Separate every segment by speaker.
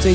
Speaker 1: 最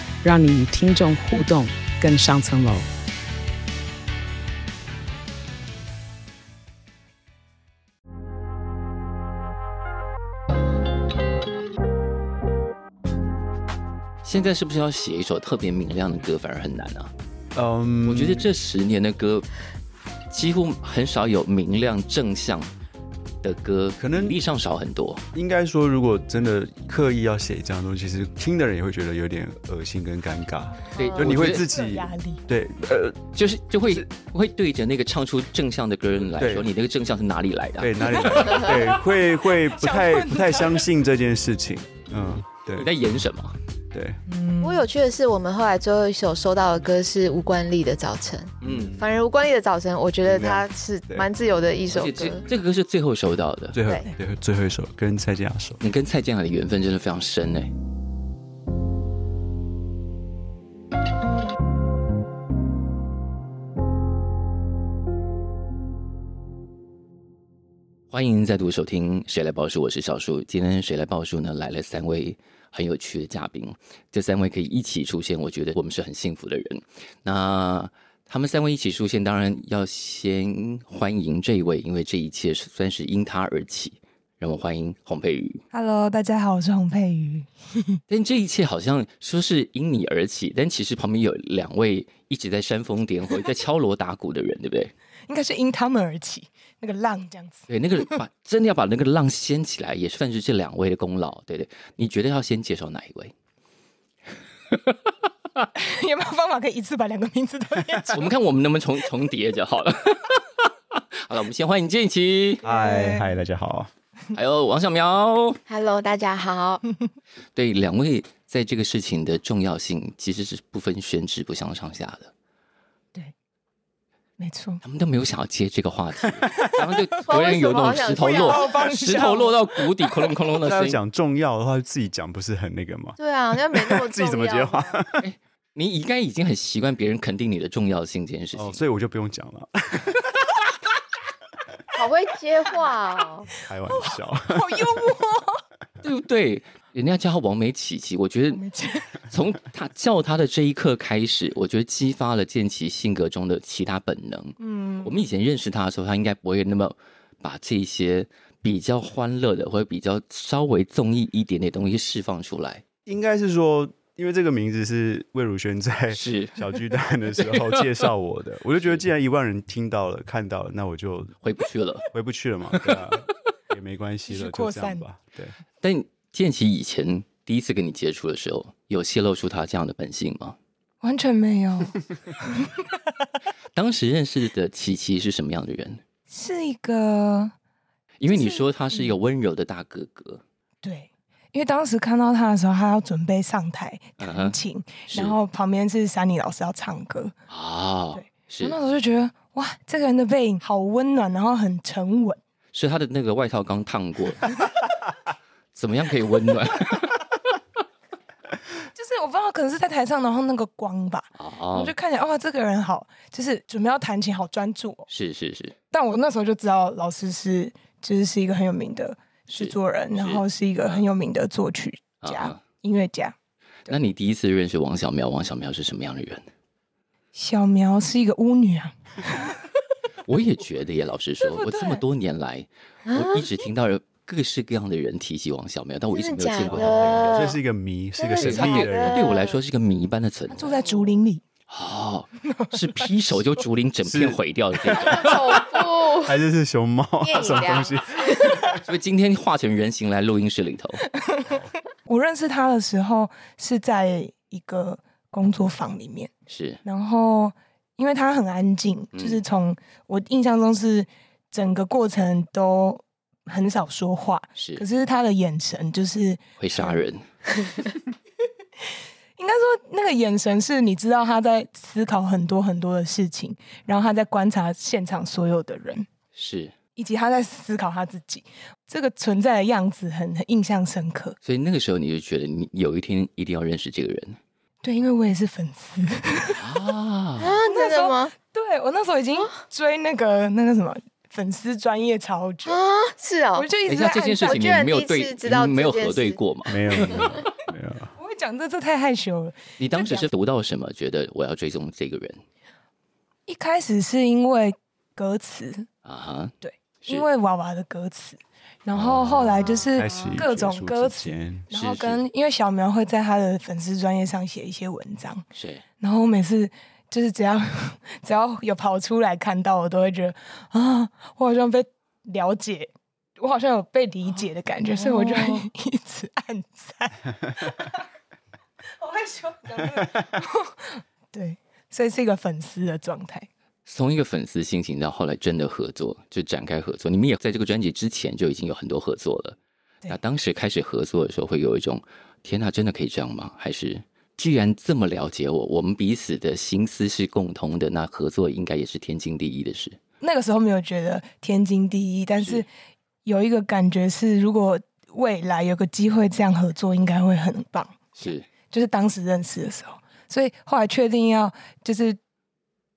Speaker 1: 让你与听众互动更上层楼。
Speaker 2: 现在是不是要写一首特别明亮的歌反而很难啊？
Speaker 3: 嗯，
Speaker 2: 我觉得这十年的歌几乎很少有明亮正向的歌，
Speaker 3: 可能
Speaker 2: 比例上少很多。
Speaker 3: 应该说，如果真的刻意要写这样的东西，其实听的人也会觉得有点恶心跟尴尬。
Speaker 2: 对，
Speaker 3: 就你
Speaker 2: 啊我
Speaker 3: 会
Speaker 2: 觉得
Speaker 3: 自己
Speaker 4: 压力。
Speaker 3: 对，呃，
Speaker 2: 就是就会会对着那个唱出正向的歌人来说，
Speaker 3: 对
Speaker 2: 你那个正向是哪里来的啊、
Speaker 3: 对哪里 来？对，会会不太不太相信这件事情。嗯，
Speaker 2: 你
Speaker 3: 对
Speaker 2: 在演什么？
Speaker 3: 对，
Speaker 4: 嗯，
Speaker 5: 不过有趣的是，我们后来最后一首收到的歌是吴冠丽的《早晨》。
Speaker 2: 嗯，
Speaker 5: 反而吴冠丽的《早晨》，我觉得它是蛮自由的一
Speaker 2: 而
Speaker 5: 首
Speaker 2: 且
Speaker 5: 歌
Speaker 2: 这。这个歌是最后收到的。
Speaker 3: 最后最后最后一首跟蔡健雅说，
Speaker 2: 你跟蔡健雅的缘分真的非常深哎、欢迎再度收听《谁来报数》，我是小树。今天《谁来报数》呢？来了三位很有趣的嘉宾，这三位可以一起出现，我觉得我们是很幸福的人。那他们三位一起出现，当然要先欢迎这一位，因为这一切是算是因他而起。让我们欢迎洪佩瑜。
Speaker 4: Hello，大家好，我是洪佩瑜。
Speaker 2: 但这一切好像说是因你而起，但其实旁边有两位一直在煽风点火、在敲锣打鼓的人，对不对？
Speaker 4: 应该是因他们而起，那个浪这样子。
Speaker 2: 对，那个把真的要把那个浪掀起来，也算是这两位的功劳，对不对？你觉得要先介绍哪一位？
Speaker 4: 有没有方法可以一次把两个名字都念出
Speaker 2: 我们看我们能不能重重叠就好了。 好了，我们先欢迎建奇，
Speaker 3: 嗨嗨，大家好。
Speaker 2: 还有王小苗。
Speaker 5: Hello，大家好。
Speaker 2: 对，两位在这个事情的重要性其实是不分宣制、不相上下的。
Speaker 4: 没错，
Speaker 2: 他们都没有想要接这个话 题，他们就突然有
Speaker 5: 不知道为什么
Speaker 2: 那种石
Speaker 5: 好想啊
Speaker 2: 头
Speaker 5: 不要
Speaker 2: 落
Speaker 4: 放
Speaker 2: 石头落到谷底，哐隆哐隆的声
Speaker 3: 大家
Speaker 2: 音。
Speaker 3: 讲重要的话，自己讲不是很那个吗？
Speaker 5: 对啊，那没那么
Speaker 3: 自己怎么接话
Speaker 5: 重要啊？
Speaker 2: 你应该已经很习惯别人肯定你的重要性这件事情。
Speaker 3: 哦，所以我就不用讲了，
Speaker 5: 好会接话哦。
Speaker 3: 开玩笑。
Speaker 4: 好幽默。
Speaker 2: 对不对？人家叫他王美琪琪，我觉得
Speaker 4: 我们这
Speaker 2: 从他叫他的这一刻开始，我觉得激发了建奇性格中的其他本能。
Speaker 4: 嗯
Speaker 2: 我，们以前认识他的时候，他应该不会那么把这些比较欢乐的或者比较稍微综艺一点点东西释放出来。
Speaker 3: 应该是说，因为这个名字是魏如萱在
Speaker 2: 是
Speaker 3: 小巨蛋的时候介绍我的，我就觉得既然一万人听到了、看到了，那我就
Speaker 2: 回不去了。
Speaker 3: 回不去了嘛，对啊，也没关系
Speaker 4: 继续
Speaker 3: 了，就
Speaker 4: 扩
Speaker 3: 这样
Speaker 4: 散
Speaker 3: 吧。对，
Speaker 2: 但建奇以前第一次跟你接触的时候，有泄露出他这样的本性吗？
Speaker 4: 完全没有，
Speaker 2: 当时认识的琪琪是什么样的人？
Speaker 4: 是一个
Speaker 2: 因为你说他是一个温柔的大哥哥，
Speaker 4: 对。因为当时看到他的时候，他要准备上台
Speaker 2: 嗯
Speaker 4: 弹
Speaker 2: 哼
Speaker 4: 琴
Speaker 2: 是
Speaker 4: 然后旁边是珊妮老师要唱歌，
Speaker 2: 啊
Speaker 4: 对，我
Speaker 2: 是
Speaker 4: 那时候就觉得哇，这个人的背影好温暖，然后很沉稳。
Speaker 2: 是他的那个外套刚烫 过，怎么样可以温暖
Speaker 4: 就是我不知道，可能是在台上，然后那个光吧，
Speaker 2: 啊
Speaker 4: 我就？看起来哇，这个人好，就是准备要弹琴，好专注哦。
Speaker 2: 是是是，
Speaker 4: 但我那时候就知道老师是，就是是一个很有名的制作人，
Speaker 2: 是
Speaker 4: 然后是一个很有名的作曲家、
Speaker 2: 啊
Speaker 4: 音乐家。
Speaker 2: 那你第一次认识王小苗，王小苗是什么样的人？
Speaker 4: 小苗是一个巫女啊，
Speaker 2: 我也觉得耶，老实说，我这么多年来，
Speaker 4: 啊
Speaker 2: 我一直听到有各式各样的人提起王小苗，但我一直没
Speaker 5: 真的
Speaker 2: 有见
Speaker 5: 假
Speaker 2: 过他。
Speaker 3: 这
Speaker 5: 的？
Speaker 3: 是一个谜，是一个神
Speaker 5: 真的假
Speaker 2: 他
Speaker 5: 的
Speaker 3: 秘
Speaker 2: 对
Speaker 3: 的人，
Speaker 2: 对我来说是一个谜一般的存
Speaker 4: 她
Speaker 2: 在
Speaker 4: 住在竹林里，
Speaker 2: 哦，是劈手就竹林整片
Speaker 3: 是
Speaker 2: 毁掉的这种。
Speaker 5: 口
Speaker 3: 还是是熊猫
Speaker 5: 电
Speaker 3: 啊
Speaker 5: 影
Speaker 3: 什么
Speaker 5: 聊
Speaker 3: 东西？
Speaker 2: 所以今天化成人形来录音室里头，
Speaker 4: 我认识她的时候是在一个工作坊里面，
Speaker 2: 是
Speaker 4: 然后因为她很安静，
Speaker 2: 嗯
Speaker 4: 就是从我印象中是整个过程都很少说话，
Speaker 2: 是
Speaker 4: 可是她的眼神就是
Speaker 2: 会杀人，
Speaker 4: 应该说那个眼神是你知道他在思考很多很多的事情，然后他在观察现场所有的人，
Speaker 2: 是，
Speaker 4: 以及他在思考他自己这个存在的样子很，很印象深刻。
Speaker 2: 所以那个时候你就觉得你有一天一定要认识这个人
Speaker 4: 对，因为我也是粉丝，
Speaker 2: 啊，
Speaker 5: 啊，真的吗？
Speaker 4: 对我那时候已经追那个那个什么粉丝专业超久
Speaker 5: 啊，，是哦
Speaker 4: 我，就一
Speaker 2: 等一
Speaker 4: 直
Speaker 2: 下
Speaker 4: 在暗
Speaker 2: 这件事
Speaker 4: 笑
Speaker 2: 情你
Speaker 5: 居然
Speaker 2: 没有
Speaker 5: 第一次
Speaker 2: 对，嗯
Speaker 5: 知道
Speaker 2: 你没有
Speaker 5: 这件
Speaker 2: 核对
Speaker 5: 事
Speaker 2: 过嘛？
Speaker 3: 没有没有没 有，
Speaker 4: 我会讲这这太害羞了。
Speaker 2: 你当时是读到什么，觉得我要追踪这个人
Speaker 4: 一开始是因为歌词，
Speaker 2: 啊？哈，
Speaker 4: 对，
Speaker 2: 是
Speaker 4: 因为娃娃的歌词，然后后来就是
Speaker 3: 开始与
Speaker 4: 各
Speaker 3: 结
Speaker 4: 种
Speaker 3: 束
Speaker 4: 歌
Speaker 3: 之
Speaker 4: 词，
Speaker 3: 间
Speaker 4: 然后
Speaker 2: 是
Speaker 4: 跟因为小苗会在他的粉丝专业上写一些文章，
Speaker 2: 是
Speaker 4: 然后我每次就是只要只要有跑出来看到，我都会觉得啊，我好像被了解。我好像有被理解的感觉，所以我就会 一直暗赞。 好害羞，啊讲这个 对，所以是一个粉丝的状态。
Speaker 2: 从一个粉丝心情到后来真的合作，就展开合作。你们也在这个专辑之前就已经有很多合作了。
Speaker 4: 对
Speaker 2: 那当时开始合作的时候，会有一种天哪，真的可以这样吗？还是既然这么了解我，我们彼此的心思是共通的，那合作应该也是天经地义的事。
Speaker 4: 那个时候没有觉得天经地义，但是
Speaker 2: 是
Speaker 4: 有一个感觉是，如果未来有个机会这样合作，应该会很棒。
Speaker 2: 是
Speaker 4: 就是当时认识的时候，所以后来确定要就是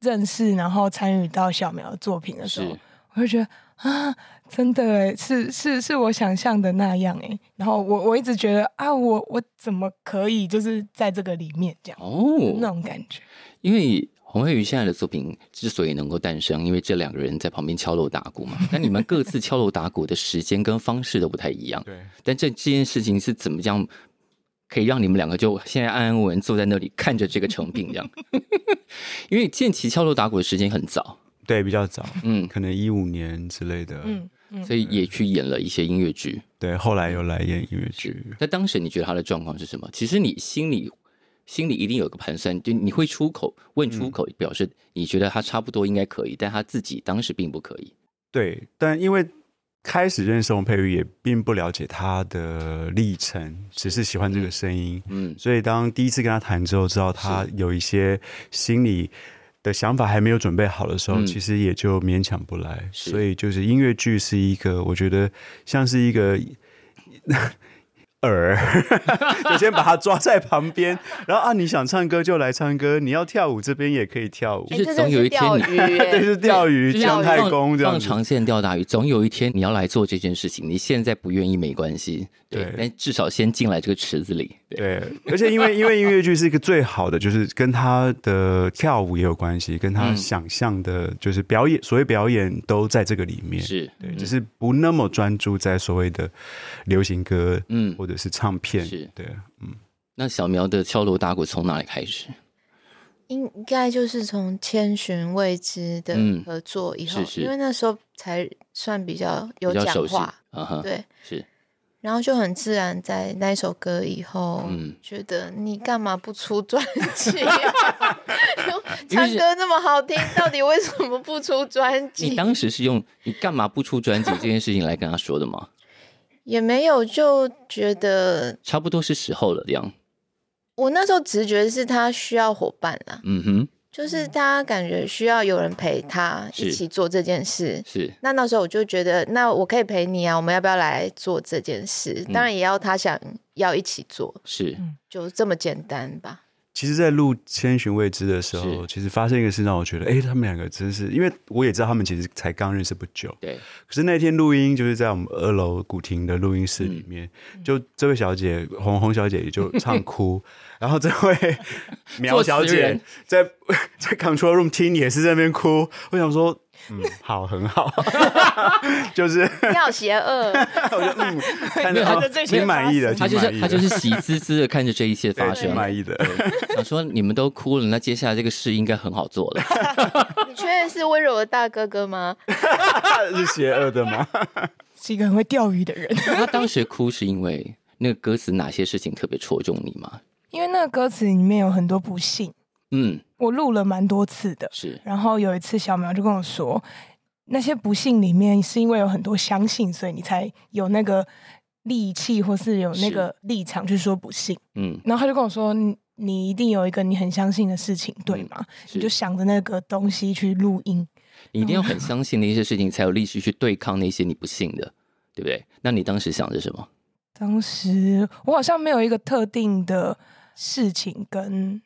Speaker 4: 认识，然后参与到小苗的作品的时候
Speaker 2: 是，
Speaker 4: 我就觉得啊，真的诶，是是是我想象的那样诶。然后我我一直觉得啊，我我怎么可以就是在这个里面这样、
Speaker 2: 哦，
Speaker 4: 那种感觉？
Speaker 2: 因为洪慧宇现在的作品之所以能够诞生，因为这两个人在旁边敲锣打鼓嘛。那你们各自敲锣打鼓的时间跟方式都不太一样，
Speaker 3: 对，
Speaker 2: 但这这件事情是怎么样可以让你们两个就现在安安稳稳坐在那里看着这个成品这样？因为建奇敲锣打鼓的时间很早，
Speaker 3: 对，比较早，
Speaker 2: 嗯，
Speaker 3: 可能一五年之类的。
Speaker 4: 嗯嗯，
Speaker 2: 所以也去演了一些音乐剧。
Speaker 3: 对，后来又来演音乐剧，
Speaker 2: 那当时你觉得他的状况是什么？其实你心里心里一定有个盘算，就你会出口问
Speaker 3: 嗯
Speaker 2: 出口，表示你觉得他差不多应该可以，但他自己当时并不可以。
Speaker 3: 对，但因为开始认识洪佩瑜，也并不了解他的历程，只是喜欢这个声音，
Speaker 2: 嗯，
Speaker 3: 所以当第一次跟他谈之后，知道他有一些心理的想法还没有准备好的时候，
Speaker 2: 嗯
Speaker 3: 其实也就勉强不来。
Speaker 2: 是
Speaker 3: 所以就是音乐剧是一个，我觉得像是一个饵， 就先把它抓在旁边，然后啊，你想唱歌就来唱歌，你要跳舞这边也可以跳舞
Speaker 2: 就
Speaker 5: 哎，
Speaker 2: 是
Speaker 5: 这
Speaker 2: 总
Speaker 5: 真
Speaker 2: 有一
Speaker 5: 是
Speaker 2: 天
Speaker 5: 钓
Speaker 2: 你
Speaker 5: 鱼耶，
Speaker 3: 对，就是钓鱼、
Speaker 2: 就是
Speaker 3: 姜太公
Speaker 2: 放
Speaker 3: 这样
Speaker 2: 放
Speaker 3: 子。
Speaker 2: 长线钓大鱼，总有一天你要来做这件事情。你现在不愿意没关系，对，
Speaker 3: 对
Speaker 2: 但至少先进来这个池子里。对，
Speaker 3: 对，而且因为 因为音乐剧是一个最好的，就是跟他的跳舞也有关系，跟他
Speaker 2: 嗯
Speaker 3: 想象的，就是表演，所谓表演都在这个里面。
Speaker 2: 是，嗯
Speaker 3: 对，只是不那么专注在所谓的流行歌，
Speaker 2: 嗯
Speaker 3: 嗯，或者是唱片，
Speaker 2: 是
Speaker 3: 对，嗯，
Speaker 2: 那小苗的敲锣打鼓从哪里开始？
Speaker 5: 应该就是从千寻未知的
Speaker 2: 嗯
Speaker 5: 合作以后，
Speaker 2: 是是
Speaker 5: 因为那时候才算比较有
Speaker 2: 比较
Speaker 5: 讲
Speaker 2: 熟悉，
Speaker 5: 话，
Speaker 2: 嗯哼，
Speaker 5: 对，
Speaker 2: 是，
Speaker 5: 然后就很自然在那一首歌以后，
Speaker 2: 嗯
Speaker 5: 觉得你干嘛不出专 辑啊、
Speaker 2: 因为
Speaker 5: 唱
Speaker 2: 是
Speaker 5: 歌那么好听，到底为什么不出专
Speaker 2: 你
Speaker 5: 辑？
Speaker 2: 当时是用你干嘛不出专辑这件事情来跟他说的吗？
Speaker 5: 也没有，就觉得
Speaker 2: 差不多是时候了，这样。
Speaker 5: 我那时候直觉是他需要伙伴啦，
Speaker 2: 嗯哼，
Speaker 5: 就是他感觉需要有人陪他
Speaker 2: 是
Speaker 5: 一起做这件事。
Speaker 2: 是
Speaker 5: 那那时候我就觉得，那我可以陪你啊，我们要不要来做这件事？当
Speaker 2: 嗯
Speaker 5: 然也要他想要一起做，
Speaker 2: 是，
Speaker 5: 就这么简单吧。
Speaker 3: 其实，在录《千寻未知》的时候，
Speaker 2: 是
Speaker 3: 其实发生一个事让我觉得，哎、他们两个真是，因为我也知道他们其实才刚认识不久，
Speaker 2: 对，
Speaker 3: 可是那天录音就是在我们二楼古亭的录音室里面，就这位小姐红红小姐也就唱哭，然后这位苗小
Speaker 2: 作词
Speaker 3: 姐
Speaker 2: 人
Speaker 3: 在 在 control room 听也是在那边哭，我想说，嗯，好，很好，就是。
Speaker 5: 你好邪恶，
Speaker 3: 我就嗯，看
Speaker 4: 没有
Speaker 3: 到
Speaker 4: 他在这里
Speaker 3: 挺满意的，
Speaker 2: 他就
Speaker 3: 挺
Speaker 2: 是
Speaker 3: 满意
Speaker 2: 他就
Speaker 3: 的，
Speaker 2: 是喜滋滋的看着这一切发
Speaker 3: 对挺
Speaker 2: 生。
Speaker 3: 满意的。
Speaker 2: 想说你们都哭了，那接下来这个事应该很好做了。
Speaker 5: 你确认是温柔的大哥哥吗？
Speaker 3: 是邪恶的吗？
Speaker 4: 是一个很会钓鱼的人。
Speaker 2: 他当时哭是因为那个歌词哪些事情特别戳中你吗？
Speaker 4: 因为那个歌词里面有很多不幸，
Speaker 2: 嗯，
Speaker 4: 我录了蛮多次的。
Speaker 2: 是
Speaker 4: 然后有一次，小苗就跟我说，那些不幸里面是因为有很多相信，所以你才有那个力气，或是有那个立场去说不幸。
Speaker 2: 嗯
Speaker 4: 然后他就跟我说，你你一定有一个你很相信的事情，对吗？
Speaker 2: 嗯是
Speaker 4: 你就想着那个东西去录音，
Speaker 2: 你一定要很相信的一些事情，才有力气去对抗那些你不信的，对不对？那你当时想着什么？
Speaker 4: 当时我好像没有一个特定的事情跟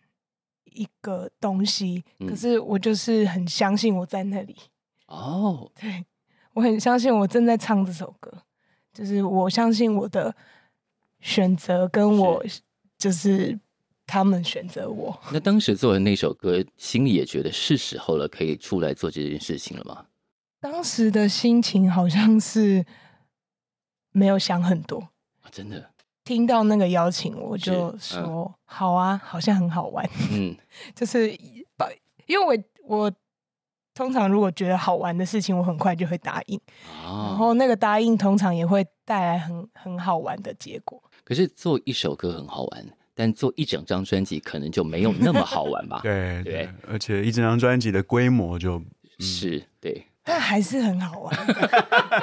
Speaker 4: 一个东西，
Speaker 2: 嗯
Speaker 4: 可是我就是很相信我在那里，
Speaker 2: 哦，
Speaker 4: 对我很相信我正在唱这首歌，就是我相信我的选择跟我就是他们选择我，
Speaker 2: 那当时做的那首歌，心里也觉得是时候了，可以出来做这件事情了吗？
Speaker 4: 当时的心情好像是没有想很多。
Speaker 2: 啊真的，
Speaker 4: 听到那个邀请，我就是
Speaker 2: 嗯
Speaker 4: 说、好啊，好像很好玩。
Speaker 2: 嗯，
Speaker 4: 就是把，因为我我通常如果觉得好玩的事情，我很快就会答应，然
Speaker 2: 啊，
Speaker 4: 后那个答应通常也会带来很很好玩的结果。
Speaker 2: 可是做一首歌很好玩，但做一整张专辑可能就没有那么好玩吧？，
Speaker 3: 对
Speaker 2: 对
Speaker 3: 对，而且一整张专辑的规模就，
Speaker 2: 是，对，
Speaker 4: 但还是很好 玩，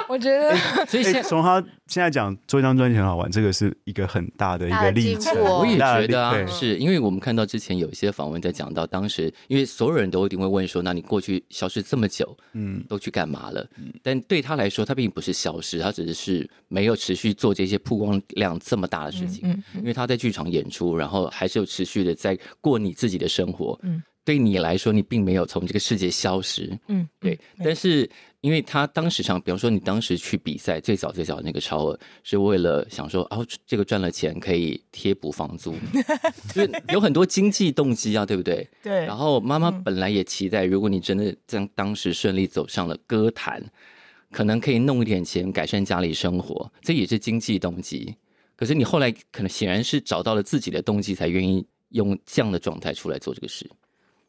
Speaker 4: 我觉得
Speaker 2: 所以
Speaker 3: 哎
Speaker 2: 现在
Speaker 3: 从他现在讲做一张专辑很好玩，这个是一个很大的一
Speaker 5: 大
Speaker 3: 个
Speaker 5: 的
Speaker 3: 历
Speaker 5: 进
Speaker 3: 程，
Speaker 5: 步哦
Speaker 2: 我也
Speaker 3: 大的
Speaker 2: 觉
Speaker 3: 历
Speaker 2: 得啊，
Speaker 3: 对
Speaker 2: 是因为我们看到之前有一些访问在讲到，当时因为所有人都一定会问说，那你过去消失这么久，
Speaker 3: 嗯，
Speaker 2: 都去干嘛了？但对他来说，他并不是消失，他只是没有持续做这些曝光量这么大的事情，
Speaker 4: 嗯
Speaker 2: 因为他在剧场演出，然后还是有持续的在过你自己的生活。
Speaker 4: 嗯
Speaker 2: 对你来说，你并没有从这个世界消失。
Speaker 4: 嗯，
Speaker 2: 对，但是因为他当时上，比方说你当时去比赛，最早最早那个超额是为了想说，哦，这个赚了钱可以贴补房租， 就是有很多经济动机啊，对不对？
Speaker 4: 对，
Speaker 2: 然后妈妈
Speaker 4: 嗯
Speaker 2: 本来也期待，如果你真的在当时顺利走上了歌坛，可能可以弄一点钱改善家里生活，这也是经济动机。可是你后来可能显然是找到了自己的动机，才愿意用这样的状态出来做这个事。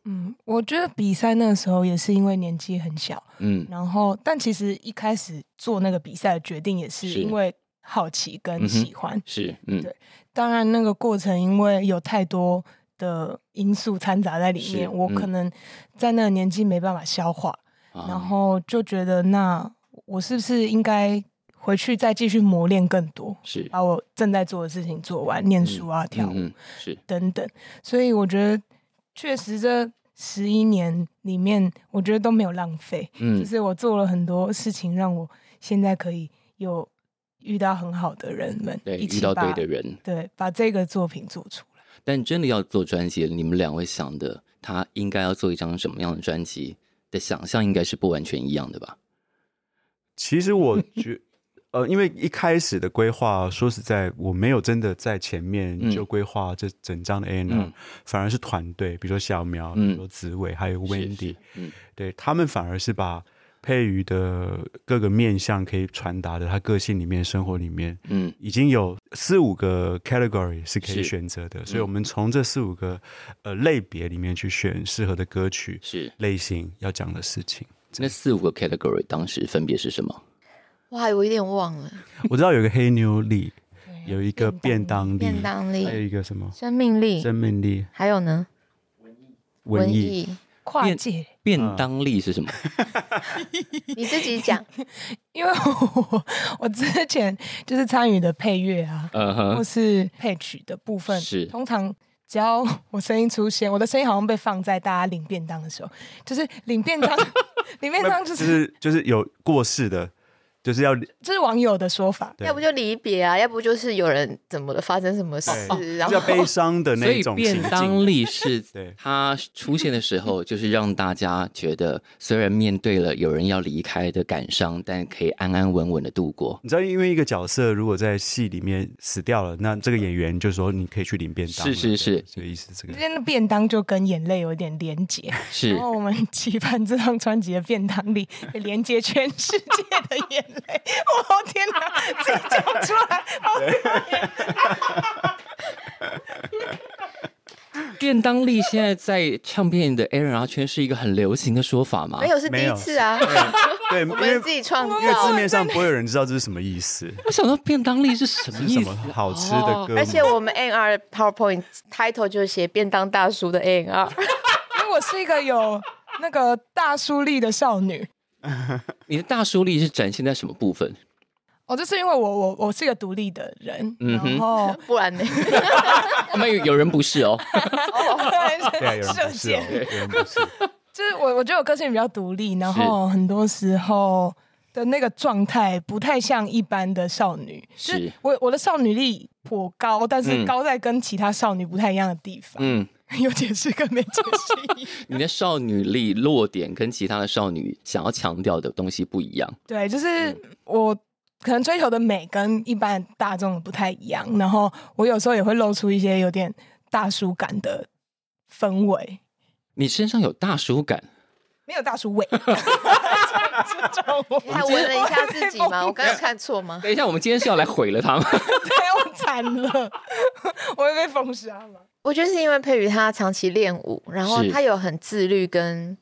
Speaker 4: 嗯，我觉得比赛那个时候也是因为年纪很小，
Speaker 2: 嗯
Speaker 4: 然后但其实一开始做那个比赛的决定也是
Speaker 2: 是
Speaker 4: 因为好奇
Speaker 2: 嗯
Speaker 4: 跟
Speaker 2: 哼
Speaker 4: 喜欢，
Speaker 2: 是，嗯
Speaker 4: 对当然，那个过程因为有太多的因素掺杂在里
Speaker 2: 是
Speaker 4: 面，我
Speaker 2: 嗯
Speaker 4: 可能在那个年纪没办法消化，
Speaker 2: 啊
Speaker 4: 然后就觉得那我是不是应该回去再继续磨练更多，
Speaker 2: 是
Speaker 4: 把我正在做的事情做完，念书啊、跳
Speaker 2: 嗯
Speaker 4: 舞
Speaker 2: 嗯是
Speaker 4: 等等。所以我觉得，确实这十一年里面，我觉得都没有浪费，
Speaker 2: 嗯
Speaker 4: 就是我做了很多事情，让我现在可以有遇到很好的人们，
Speaker 2: 对
Speaker 4: 一起
Speaker 2: 遇到对
Speaker 4: 把
Speaker 2: 的人，
Speaker 4: 对，把这个作品做出来。
Speaker 2: 但真的要做专辑，你们两位想的他应该要做一张什么样的专辑的想象，应该是不完全一样的吧？
Speaker 3: 其实我觉，呃，因为一开始的规划，说实在，我没有真的在前面
Speaker 2: 嗯
Speaker 3: 就规划这整张的 A N R，、
Speaker 2: 嗯
Speaker 3: 反而是团队，比如说小苗，
Speaker 2: 嗯
Speaker 3: 比如说紫伟，还有
Speaker 2: 是
Speaker 3: Wendy，
Speaker 2: 是嗯
Speaker 3: 对他们反而是把佩瑜的各个面向可以传达的，他个性里面、生活里面，
Speaker 2: 嗯
Speaker 3: 已经有四五个 category 是可
Speaker 2: 是嗯
Speaker 3: 以选择的，所以我们从这四五个呃类别里面去选适合的歌曲
Speaker 2: 是。
Speaker 3: 类型要讲的事情。
Speaker 2: 那四五个 category 当时分别是什么？
Speaker 3: 嗯
Speaker 5: 哇，我有点忘了，
Speaker 3: 我知道有一个黑妞力，
Speaker 4: 对
Speaker 3: 有一个便当力，
Speaker 5: 啊便当力
Speaker 3: 还有一个什么
Speaker 5: 生命力，
Speaker 3: 生命力、
Speaker 5: 还有呢，
Speaker 3: 文艺，
Speaker 5: 艺，
Speaker 4: 跨界，
Speaker 2: 便当力是什 么？
Speaker 5: 你自己讲，
Speaker 4: 因为我我之前就是参与的配乐啊，
Speaker 2: 嗯
Speaker 4: 或
Speaker 2: 哼，
Speaker 4: 是配曲的部分，
Speaker 2: 是
Speaker 4: 通常。只要我声音出现，我的声音好像被放在大家领便当的时候，就是领 便当，领便当
Speaker 3: 就
Speaker 4: 就、
Speaker 3: 是是就是有过世的，就是要
Speaker 4: 就是网友的说法，
Speaker 3: 对
Speaker 5: 要不就离别啊，要不就是有人怎么了，发生什么事，然
Speaker 3: 比较
Speaker 5: 后
Speaker 3: 悲伤的
Speaker 2: 所
Speaker 3: 那
Speaker 2: 以
Speaker 3: 种
Speaker 2: 便
Speaker 3: 情
Speaker 2: 当
Speaker 3: 境。
Speaker 2: 力是
Speaker 3: 对
Speaker 2: 它出现的时候，就是让大家觉得虽然面对了有人要离开的感伤，但可以安安稳稳的度过。
Speaker 3: 你知道，因为一个角色如果在戏里面死掉了，那这个演员就说你可以去领便当了。
Speaker 2: 是是是
Speaker 3: 对这个意思。这
Speaker 4: 今
Speaker 3: 个
Speaker 4: 天的便当就跟眼泪有点连结，
Speaker 2: 是
Speaker 3: 哦
Speaker 4: 然后我们期盼这张专辑的便当里可以连接全世界的眼泪。我、天哪，自己讲出 来，好
Speaker 2: 便当力现在在唱片的 A R 圈是一个很流行的说法
Speaker 3: 哎
Speaker 2: 吗？
Speaker 5: 没有是第一次啊，
Speaker 3: 对，
Speaker 5: 我
Speaker 3: 因为
Speaker 5: 们自己创
Speaker 3: 因为字
Speaker 5: 造，
Speaker 3: 面上不会有人知道这是什么意 思，
Speaker 2: 我想到便当力是什么
Speaker 3: 是
Speaker 2: 意
Speaker 3: 什
Speaker 2: 思？
Speaker 3: 么好吃的歌吗。
Speaker 5: 而且我们 N R PowerPoint title 就是写便当大叔的 N R，
Speaker 4: 因为我是一个有那个大叔力的少女。
Speaker 2: 你的大叔力是展现在什么部分？
Speaker 4: 哦，就是因为我我我是一个独立的人，
Speaker 2: 嗯哼
Speaker 4: 然后
Speaker 5: 不然呢？
Speaker 2: 啊没有有人不是哦，
Speaker 3: 对啊，有人
Speaker 4: 射
Speaker 3: 不是 哦
Speaker 4: 箭，
Speaker 3: 有人不是，
Speaker 4: 就是我我觉得我个性比较独立，然后很多时候的那个状态不太像一般的少女，
Speaker 2: 是
Speaker 4: 就我我的少女力颇高，但是
Speaker 2: 嗯
Speaker 4: 高在跟其他少女不太一样的地方，
Speaker 2: 嗯，
Speaker 4: 有解释跟没解释 一样。
Speaker 2: 你的少女力落点跟其他的少女想要强调的东西不一样，
Speaker 4: 对，就是
Speaker 2: 嗯
Speaker 4: 我可能追求的美跟一般大众的不太一样，然后我有时候也会露出一些有点大叔感的氛围，
Speaker 2: 你身上有大叔感，
Speaker 4: 没有大 叔味。这种我
Speaker 5: 你还闻了一下自己吗？我刚刚看错吗？
Speaker 2: 等一下，我们今天是要来毁了他吗？
Speaker 4: 对，我惨了，我会被封杀吗？
Speaker 5: 我觉得是因为佩瑜她长期练舞，然后
Speaker 2: 是
Speaker 5: 她有很自律跟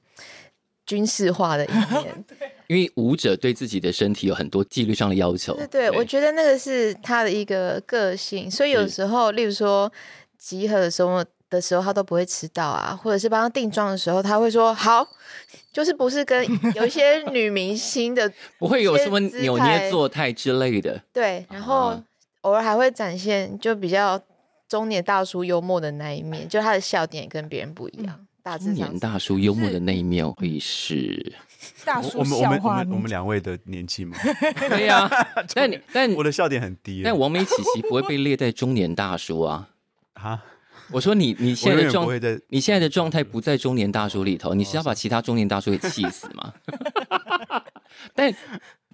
Speaker 5: 军事化的一面。
Speaker 2: 因为舞者对自己的身体有很多纪律上的要求。
Speaker 5: 对对，我觉得那个是她的一个个性，所以有时候，例如说集合的时候的时候，她都不会迟到啊，或者是帮她定妆的时候，她会说好，就是不是跟有一些女明星的
Speaker 2: 不会有什么
Speaker 5: 一些姿态
Speaker 2: 扭捏作态之类的。
Speaker 5: 对，然后
Speaker 2: 啊
Speaker 5: 偶尔还会展现就比较中年大叔幽默的那一面，就他的笑点也跟别人不一样，大致
Speaker 2: 嗯中
Speaker 5: 上
Speaker 2: 年
Speaker 5: 是
Speaker 2: 大叔幽默的那一面会是，
Speaker 4: 大
Speaker 3: 我
Speaker 4: 叔
Speaker 3: 我们我
Speaker 4: 笑
Speaker 3: 们我
Speaker 4: 话
Speaker 3: 们我们
Speaker 4: 你，
Speaker 3: 两位的年纪嘛，
Speaker 2: 对 呀、但你但
Speaker 3: 我的笑点很低耶。
Speaker 2: 嗯但王美琪琪不会被列在中年大叔啊。
Speaker 3: 啊，
Speaker 2: 我说 你你
Speaker 3: 我
Speaker 2: 现
Speaker 3: 永
Speaker 2: 在
Speaker 3: 远
Speaker 2: 的状
Speaker 3: 不会在
Speaker 2: 你现在哦的状态不在中年大叔里头，你是要把其他中年大叔给气死吗？ 但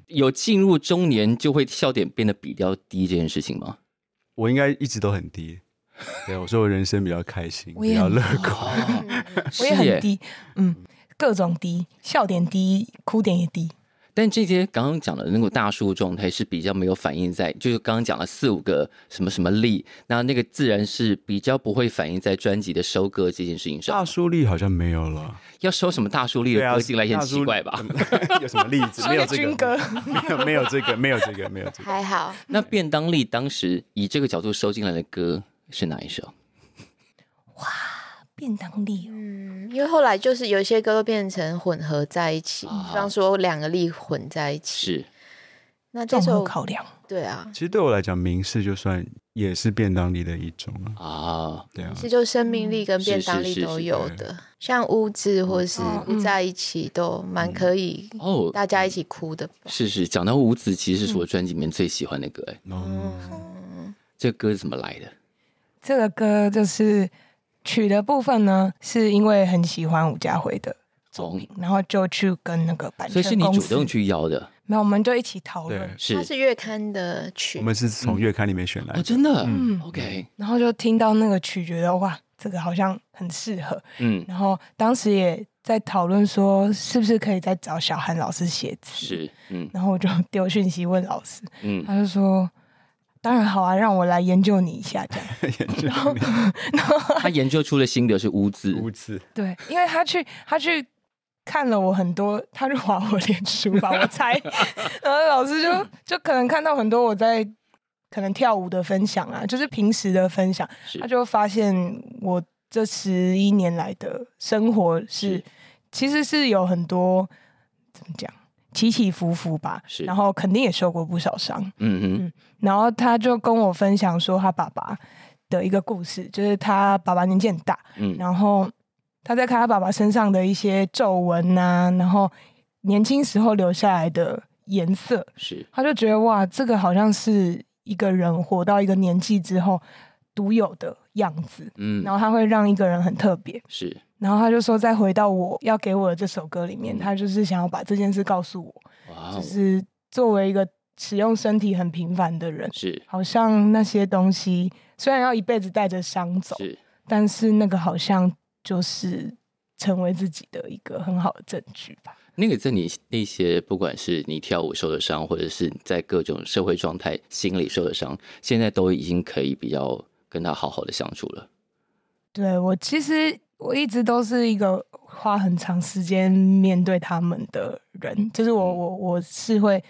Speaker 2: 有进入中年就会笑点变得比较低这件事情吗？
Speaker 3: 我应该一直都很低。对，我说我人生比较开心，
Speaker 4: 我
Speaker 3: 比
Speaker 4: 也
Speaker 3: 较
Speaker 4: 很
Speaker 3: 乐观。
Speaker 4: 我也很低，嗯，各种低，笑点低，哭点也低。
Speaker 2: 但这些刚刚讲的那个大叔状态是比较没有反映在，就是刚刚讲了四五个什么什么力，那那个自然是比较不会反映在专辑的收割这件事情
Speaker 3: 大
Speaker 4: 哦
Speaker 2: 上。
Speaker 3: 叔力好像没有了，
Speaker 2: 要收什么大叔力
Speaker 3: 对
Speaker 2: 的
Speaker 3: 啊，
Speaker 2: 歌进来也
Speaker 3: 大
Speaker 2: 很
Speaker 3: 叔
Speaker 2: 奇怪吧？？
Speaker 3: 有什么例子？
Speaker 4: 说
Speaker 3: 没
Speaker 4: 一
Speaker 3: 有
Speaker 4: 个
Speaker 3: 这
Speaker 4: 军
Speaker 3: 个
Speaker 4: 歌，
Speaker 3: 没有没有这个，没有这个，没有这个。
Speaker 5: 还好。
Speaker 2: 那便当力当时以这个角度收进来的歌是哪一首？
Speaker 4: 便当力哦，
Speaker 5: 嗯，因为后来就是有一些歌都变成混合在一起，比方说两个力混在一起。
Speaker 2: 哦是
Speaker 5: 那这
Speaker 4: 综合
Speaker 5: 首
Speaker 4: 考量，
Speaker 5: 对啊，
Speaker 3: 其实对我来讲，名士就算也是便当里的一种啊。
Speaker 2: 啊，
Speaker 3: 对啊，
Speaker 5: 是就生命力
Speaker 2: 嗯
Speaker 5: 跟
Speaker 2: 是
Speaker 5: 便当
Speaker 2: 是
Speaker 5: 力
Speaker 2: 是
Speaker 5: 都
Speaker 2: 是
Speaker 5: 有
Speaker 3: 对
Speaker 5: 的，像屋子或是
Speaker 4: 嗯
Speaker 5: 不在一起都蛮可以，
Speaker 2: 嗯哦，
Speaker 5: 大家一起哭的吧。
Speaker 2: 是是，讲到五子棋是我专辑里面最喜欢的歌，哎、
Speaker 3: 嗯，
Speaker 2: 这歌是怎么来的？
Speaker 4: 这个歌就是曲的部分呢，是因为很喜欢伍家辉的作品，然后就去跟那个版
Speaker 2: 所
Speaker 4: 权
Speaker 2: 以是你
Speaker 4: 公
Speaker 2: 主
Speaker 4: 司
Speaker 2: 动，去邀的，
Speaker 4: 没有，我们就一起讨论
Speaker 3: 对，，
Speaker 2: 是
Speaker 5: 它是月刊的曲，
Speaker 3: 我们是从月刊里面选来
Speaker 2: 哦，
Speaker 3: 的。
Speaker 2: 真的，嗯
Speaker 4: 嗯
Speaker 2: ，OK，
Speaker 4: 然后就听到那个曲，觉得哇，这个好像很适合，
Speaker 2: 嗯，
Speaker 4: 然后当时也在讨论说，是不是可以再找小韩老师写词。
Speaker 2: 是，嗯
Speaker 4: 然后我就 丢讯息问老师，
Speaker 2: 嗯，
Speaker 4: 他就说：“当然好啊，让我来研究你一下。”这样
Speaker 2: 哦他研究出了新的是污字，
Speaker 3: 屋子，
Speaker 4: 对，因为他去他去看了我很多，他去划我脸书吧，我猜。 然后老师
Speaker 2: 嗯
Speaker 4: 就就可能看到很多我在可能跳舞的分享啊，就是平时的分享，
Speaker 2: 是
Speaker 4: 他就发现我这十一年来的生活是，
Speaker 2: 是
Speaker 4: 其实是有很多怎么讲起起伏伏吧，
Speaker 2: 是
Speaker 4: 然后肯定也受过不少伤。
Speaker 2: 嗯
Speaker 4: 然后他就跟我分享说他爸爸的一个故事，就是他爸爸年纪很大，
Speaker 2: 哼，嗯，
Speaker 4: 然后他在看他爸爸身上的一些皱纹呐、然后年轻时候留下来的颜色，
Speaker 2: 是
Speaker 4: 他就觉得哇，这个好像是一个人活到一个年纪之后独有的样子，
Speaker 2: 嗯
Speaker 4: 然后他会让一个人很特别。
Speaker 2: 是
Speaker 4: 然后他就说，再回到我要给我的这首歌里面，
Speaker 2: 嗯
Speaker 4: 他就是想要把这件事告诉我，
Speaker 2: 哇
Speaker 4: 就
Speaker 2: 哦，
Speaker 4: 是作为一个使用身体很频繁的人，
Speaker 2: 是
Speaker 4: 好像那些东西虽然要一辈子带着伤走，
Speaker 2: 是
Speaker 4: 但是那个好像就是成为自己的一个很好的证据吧。
Speaker 2: 那个在你那些不管是你跳舞受的伤，或者是你在各种社会状态、心理受的伤，现在都已经可以比较跟他好好的相处了。
Speaker 4: 对我其实我一直都是一个花很长时间面对他们的人，就是
Speaker 2: 嗯
Speaker 4: 我我我是会。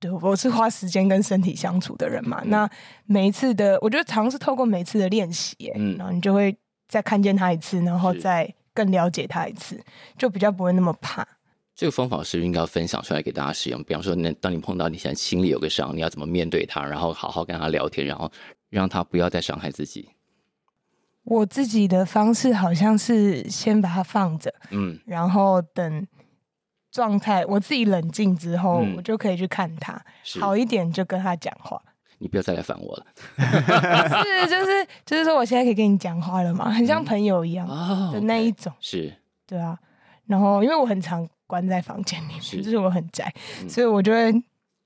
Speaker 4: 对，我是花时间跟身体相处的人嘛。
Speaker 2: 嗯
Speaker 4: 那每一次的，我觉得尝试透过每一次的练习耶，
Speaker 2: 嗯
Speaker 4: 然后你就会再看见他一次，然后
Speaker 2: 是
Speaker 4: 再更了解他一次，就比较不会那么怕。
Speaker 2: 这个方法是应该要分享出来给大家使用。比方说，那当你碰到你现在心里有个伤，你要怎么面对它，然后好好跟他聊天，然后让他不要再伤害自己。
Speaker 4: 我自己的方式好像是先把它放着，
Speaker 2: 嗯
Speaker 4: 然后等状态我自己冷静之后，
Speaker 2: 嗯
Speaker 4: 我就可以去看他
Speaker 2: 是，
Speaker 4: 好一点就跟他讲 话。
Speaker 2: 你不要再来烦我了
Speaker 4: 是，就是就是说，我现在可以跟你讲话了嘛，很
Speaker 2: 嗯
Speaker 4: 像朋友一样
Speaker 2: 啊
Speaker 4: 嗯的那一种，
Speaker 2: 是
Speaker 4: 对啊。然后因为我很常关在房间里面，
Speaker 2: 是
Speaker 4: 就是我很宅，
Speaker 2: 嗯
Speaker 4: 所以我就会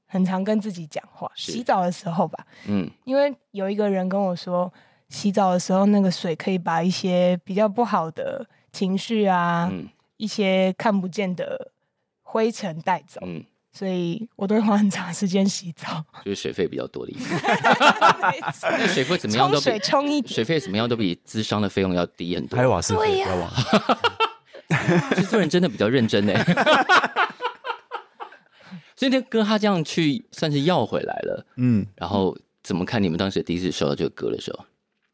Speaker 4: 很常跟自己讲话。
Speaker 2: 是
Speaker 4: 洗澡的时候吧，
Speaker 2: 嗯
Speaker 4: 因为有一个人跟我说，洗澡的时候那个水可以把一些比较不好的情绪啊，
Speaker 2: 嗯
Speaker 4: 一些看不见的灰尘带走，
Speaker 2: 嗯，
Speaker 4: 所以我都会花很长时间洗 澡。
Speaker 2: 就是水费比较多的意思。
Speaker 4: 没错
Speaker 2: 但水费怎么样都
Speaker 4: 冲
Speaker 2: 比
Speaker 4: 水冲一点，
Speaker 2: 水费怎么样都比咨商的费用要低很多。
Speaker 3: 还有瓦斯费，还有瓦斯费
Speaker 2: 制作人真的比较认真呢。 所以那哥他这样去算是要回来了，
Speaker 3: 嗯，
Speaker 2: 然后怎么看你们当时第一次收到这个歌的时候？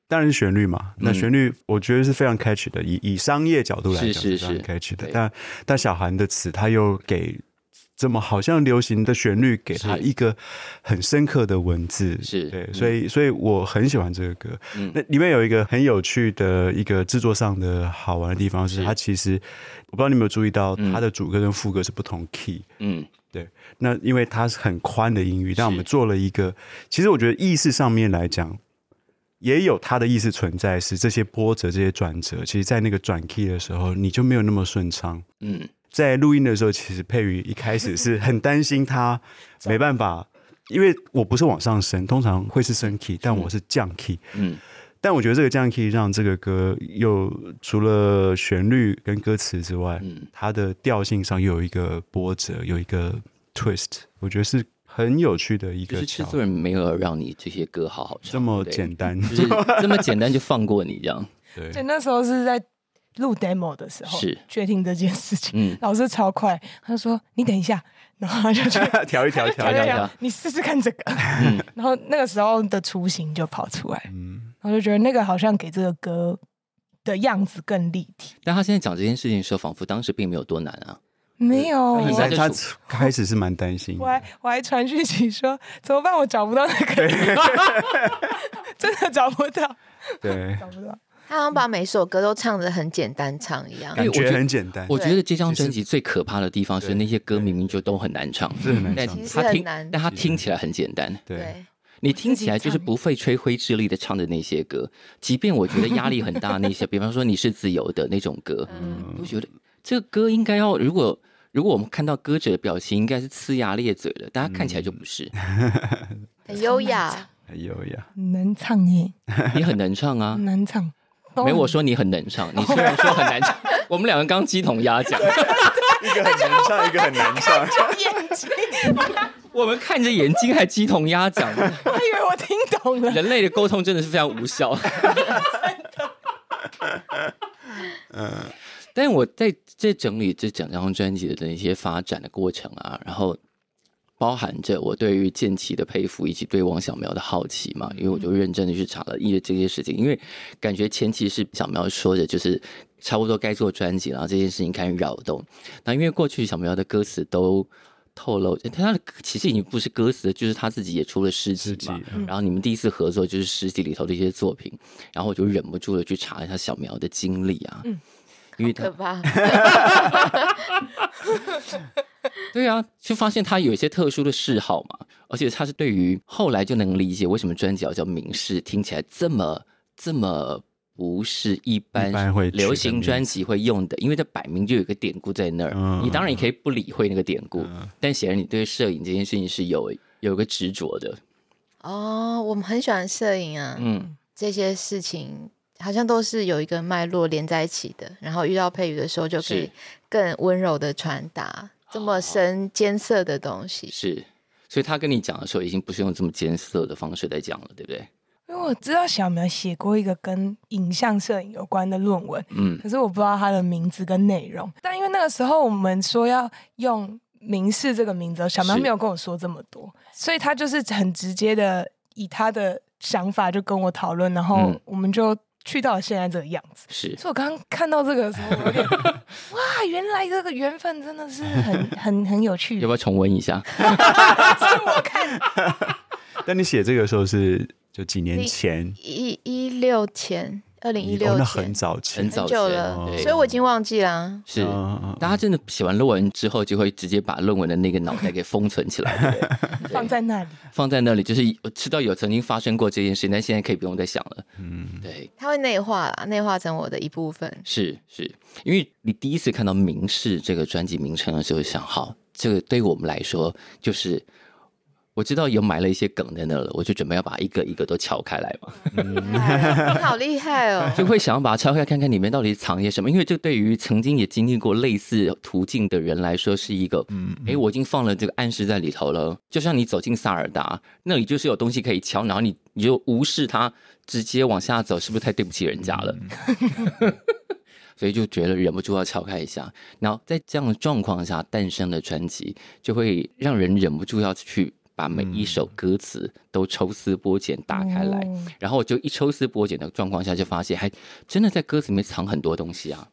Speaker 3: 当然是旋律嘛。那
Speaker 2: 嗯
Speaker 3: 旋律我觉得是非常 catch 的，以以商业角度来
Speaker 2: 是
Speaker 3: 讲
Speaker 2: 是
Speaker 3: 非常
Speaker 2: 是
Speaker 3: catch 的
Speaker 2: 对。
Speaker 3: 但但小韩的词，他又给这么好像流行的旋律，给他
Speaker 2: 是
Speaker 3: 一个很深刻的文字。
Speaker 2: 是
Speaker 3: 对
Speaker 2: 嗯，
Speaker 3: 所以所以我很喜欢这个歌。
Speaker 2: 嗯
Speaker 3: 那里面有一个很有趣的一个制作上的好玩的地方是，
Speaker 2: 是
Speaker 3: 它其实我不知道你有没有注意到，
Speaker 2: 嗯
Speaker 3: 它的主歌跟副歌是不同 key。
Speaker 2: 嗯，
Speaker 3: 那因为它是很宽的音域，但
Speaker 2: 是
Speaker 3: 我们做了一个，其实我觉得意识上面来讲，也有它的意思存在，是这些波折、这些转折，其实在那个转 key 的时候，你就没有那么顺畅。
Speaker 2: 嗯，
Speaker 3: 在录音的时候，其实佩瑜一开始是很担心他没办法，因为我不是往上升，通常会是升 key，但我是降 key。
Speaker 2: 嗯，
Speaker 3: 但我觉得这个降 key 让这个歌又除了旋律跟歌词之外，
Speaker 2: 嗯
Speaker 3: 它的调性上又有一个波折，有一个 twist，我觉得是很有趣的一
Speaker 2: 就
Speaker 3: 个
Speaker 2: 是制
Speaker 3: 桥
Speaker 2: 作人没有让你这些歌好好唱，
Speaker 3: 这么
Speaker 2: 对
Speaker 3: 简单，
Speaker 2: 就是这么简单就放过你这样，
Speaker 4: 对，
Speaker 3: 对，
Speaker 4: 那时候是在录 demo 的时候，
Speaker 2: 是
Speaker 4: 确定这件事情。
Speaker 2: 嗯，
Speaker 4: 老师超快，他就说你等一下，然后他就去
Speaker 3: 调
Speaker 2: 啊
Speaker 3: 一调，调
Speaker 4: 调
Speaker 3: 一
Speaker 4: 一
Speaker 3: 调，
Speaker 4: 调，啊你试试看这个。
Speaker 2: 嗯
Speaker 4: 然后那个时候的雏形就跑出来，
Speaker 3: 嗯，
Speaker 4: 然后就觉得那个好像给这个歌的样子更立体。
Speaker 2: 但他现在讲这件事情的时候，仿佛当时并没有多难
Speaker 3: 哎
Speaker 2: 啊，
Speaker 4: 没有，
Speaker 2: 很
Speaker 4: 我
Speaker 2: 难
Speaker 3: 但
Speaker 2: 就
Speaker 3: 他
Speaker 2: 是
Speaker 3: 开始是蛮担心
Speaker 4: 我，还我还传讯息说怎么办，我找不到那 个人，真的找不到，
Speaker 3: 对，
Speaker 4: 找不到。
Speaker 5: 他好像把每首歌都唱的很简单唱一样。
Speaker 2: 对
Speaker 3: 感
Speaker 2: 我觉
Speaker 3: 觉
Speaker 2: 得
Speaker 3: 很简单，
Speaker 2: 我觉得这张
Speaker 3: 其实
Speaker 2: 专辑最可怕的地方是
Speaker 3: 对
Speaker 2: 那些歌明明就都很难唱，
Speaker 3: 是很难
Speaker 2: 但
Speaker 3: 唱
Speaker 5: 其实
Speaker 2: 他
Speaker 5: 很
Speaker 2: 听，
Speaker 5: 难
Speaker 2: 但他听起来很简单，
Speaker 3: 对，
Speaker 5: 对，
Speaker 2: 你听起来就是不费吹灰之力的唱的那些歌，即便我觉得压力很大，那些，比方说你是自由的那种歌，
Speaker 5: 嗯
Speaker 2: 我觉得这个歌应该要，如果如果我们看到歌者的表情，应该是呲牙咧嘴的，但他看起来就不是，
Speaker 5: 嗯很优雅，
Speaker 3: 很优雅，
Speaker 4: 难唱耶，
Speaker 2: 你很能唱啊。
Speaker 4: 难唱。
Speaker 5: 嗯
Speaker 2: 没有，我说你很能唱，你虽然说很 难唱，我们两个刚鸡同鸭讲，
Speaker 3: 一个很难唱，一个很难唱，
Speaker 4: 眼睛，
Speaker 2: 我们看着眼睛还鸡同鸭讲，
Speaker 4: 我以为我听懂了。
Speaker 2: 人类的沟通真的是非常无效。但我在这整理这整张专辑的那些发展的过程啊，然后包含着我对于建奇的佩服，以及对王小苗的好奇嘛，因为我就认真的去查了音乐这些事情，因为感觉前期是小苗说的，就是差不多该做专辑，然后这件事情开始扰动。那因为过去小苗的歌词都透露，他的其实已经不是歌词，就是他自己也出了诗集
Speaker 3: 自己
Speaker 2: 嘛。然后你们第一次合作就是诗集里头的一些作品，然后我就忍不住的去查了一下小苗的经历啊，
Speaker 4: 嗯
Speaker 2: 因为
Speaker 5: 可
Speaker 2: 他
Speaker 5: 怕。
Speaker 2: 对啊，就发现他有一些特殊的嗜好嘛，而且他是对于后来就能理解为什么专辑要叫明示，听起来这么这么。不是一般
Speaker 3: 一般会取的
Speaker 2: 流行专辑会用的，因为它摆明就有一个典故在那儿。
Speaker 3: 嗯
Speaker 2: 你当然也可以不理会那个典故，但显然你对摄影这件事情是有有一个执着的。
Speaker 5: 哦，我们很喜欢摄影啊，
Speaker 2: 嗯，
Speaker 5: 这些事情好像都是有一个脉络连在一起的。然后遇到佩宇的时候，就可
Speaker 2: 是哦
Speaker 5: 以更温柔的传达这么深艰涩的东西。
Speaker 2: 是。所以他跟你讲的时候，已经不是用这么艰涩的方式在讲了，对不对？
Speaker 4: 因为我知道小苗写过一个跟影像摄影有关的论文，
Speaker 2: 嗯，
Speaker 4: 可是我不知道他的名字跟内容。但因为那个时候我们说要用“明示”这个名字，小苗
Speaker 2: 是
Speaker 4: 没有跟我说这么多，所以他就是很直接的以他的想法就跟我讨论，然后
Speaker 2: 嗯
Speaker 4: 我们就去到了现在这个样子。
Speaker 2: 是
Speaker 4: 所以我刚刚看到这个的时候，我 有点哇，原来这个缘分真的是很 很很有趣
Speaker 2: 要不。要重温一下？
Speaker 4: 是我看
Speaker 3: 但你写这个时候是就几年
Speaker 5: 你
Speaker 3: 前，
Speaker 5: 一一六前，二零一
Speaker 3: 哦
Speaker 5: 六
Speaker 3: 那很
Speaker 5: 前，
Speaker 3: 早前，哦
Speaker 2: 很早
Speaker 5: 久
Speaker 2: 前
Speaker 5: 了，
Speaker 2: 对
Speaker 5: 所以我已经忘记了啊。
Speaker 2: 嗯是。
Speaker 3: 嗯嗯嗯
Speaker 2: 大家真的写完论文之后，就会直接把论文的那个脑袋给封存起来， 对不对
Speaker 4: 放在那里，
Speaker 2: 放在那里，就是我知道有曾经发生过这件事，但现在可以不用再想了。嗯，对，
Speaker 5: 它会内化啦，内化成我的一部分。
Speaker 2: 是是，因为你第一次看到《明示》这个专辑名称的时候，想好，这个对我们来说就是。我知道有埋了一些梗在那了，我就准备要把一个一个都撬开来嘛，
Speaker 3: 嗯
Speaker 5: 哎你好厉害 哦！
Speaker 2: 就会想要把它撬开，看看里面到底藏些什么。因为这对于曾经也经历过类似途径的人来说，是一个，嗯，诶，我已经放了这个暗示在里头了。就像你走进萨尔达，那里就是有东西可以敲，然后你你就无视它，直接往下走，是不是太对不起人家了？嗯 所以就觉得忍不住要敲开一下。然后在这样的状况下诞生的专辑，就会让人忍不住要去把每一首歌词都抽丝剥茧打开来。
Speaker 4: 哦
Speaker 2: 然后我就一抽丝剥茧的状况下，就发现还真的在歌词里面藏很多东西啊！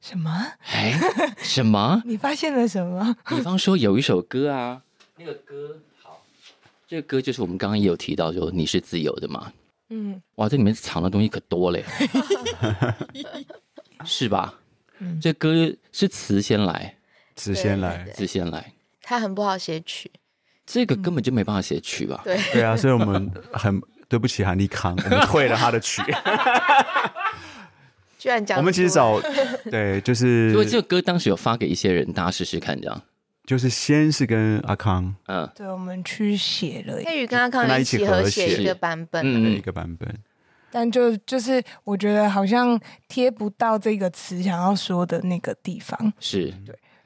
Speaker 4: 什么？
Speaker 2: 哎，什么？
Speaker 4: 你发现了什么？
Speaker 2: 比方说有一首歌啊，那个歌好，这个歌就是我们刚刚也有提到说你是自由的嘛，
Speaker 4: 嗯，
Speaker 2: 哇，这里面藏的东西可多嘞，是吧？这歌是词先来，
Speaker 3: 直先
Speaker 5: 对
Speaker 3: 来
Speaker 5: 对，
Speaker 2: 词先来，
Speaker 5: 它很不好写曲，
Speaker 2: 这个根本就没办法写曲吧？
Speaker 5: 对，
Speaker 3: 对啊，所以我们很对不起韩立 康，我们退了他的曲。
Speaker 5: 居然讲
Speaker 3: 我们其实
Speaker 5: 出来
Speaker 3: 找对，就是
Speaker 2: 所以这个歌当时有发给一些人，大家试试看，这样，
Speaker 3: 就是先是跟阿康
Speaker 2: 嗯，
Speaker 4: 对，我们去写了，
Speaker 5: 黑宇跟阿
Speaker 3: 跟他
Speaker 5: 康
Speaker 3: 一
Speaker 5: 一
Speaker 3: 起
Speaker 5: 起
Speaker 3: 合
Speaker 5: 合写
Speaker 2: 写
Speaker 5: 一个版本，
Speaker 3: 的
Speaker 2: 嗯
Speaker 3: 一，个版本，
Speaker 4: 但就就是我觉得好像贴不到这个词想要说的那个地方，
Speaker 2: 是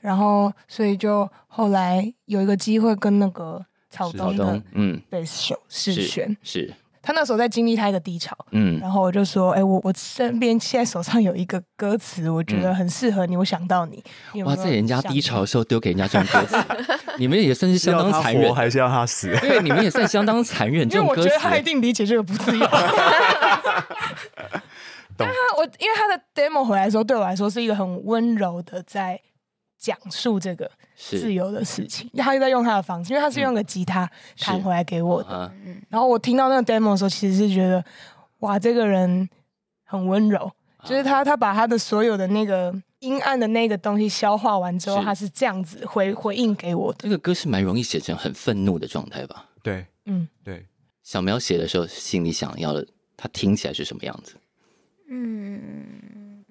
Speaker 4: 然后所以就后来有一个机会跟那个草
Speaker 3: 是
Speaker 2: 草
Speaker 4: 东
Speaker 2: 东
Speaker 4: 的，
Speaker 2: 嗯，
Speaker 4: 贝斯手世璇，
Speaker 2: 是，
Speaker 4: 他那时候在经历他一个低潮，
Speaker 2: 嗯，
Speaker 4: 然后我就说，哎、我我身边现在手上有一个歌词，我觉得很适合你，我想到你。你有没
Speaker 2: 嗯哇，
Speaker 4: 有
Speaker 2: 在人家
Speaker 4: 想
Speaker 2: 低潮的时候丢给人家这种歌 词，你们也算是
Speaker 3: 是
Speaker 2: 相
Speaker 3: 要
Speaker 2: 当
Speaker 3: 他
Speaker 2: 残忍
Speaker 3: 活，还是要他死？
Speaker 2: 对，你们也算相当残 忍。这
Speaker 4: 因
Speaker 2: 种
Speaker 4: 为我
Speaker 2: 歌
Speaker 4: 觉得他一
Speaker 2: 词，
Speaker 4: 定理解这个不自 由。但他我因为他的 demo 回来的时候，对我来说是一个很温柔的在讲述这个
Speaker 2: 是
Speaker 4: 自由的事情。他就在用他的方式，因为他嗯是用个吉他弹
Speaker 2: 是
Speaker 4: 回来给我的。
Speaker 2: 啊，
Speaker 4: 然后我听到那个 demo 的时候，其实是觉得哇，这个人很温柔，就是他他把他的所有的那个阴暗的那个东西消化完之后，
Speaker 2: 是
Speaker 4: 他是这样子回回应给我的。
Speaker 2: 这个歌是蛮容易写成很愤怒的状态吧？
Speaker 3: 对
Speaker 4: 嗯，
Speaker 3: 对，
Speaker 2: 小苗写的时候，心里想要的，他听起来是什么样子？
Speaker 5: 嗯，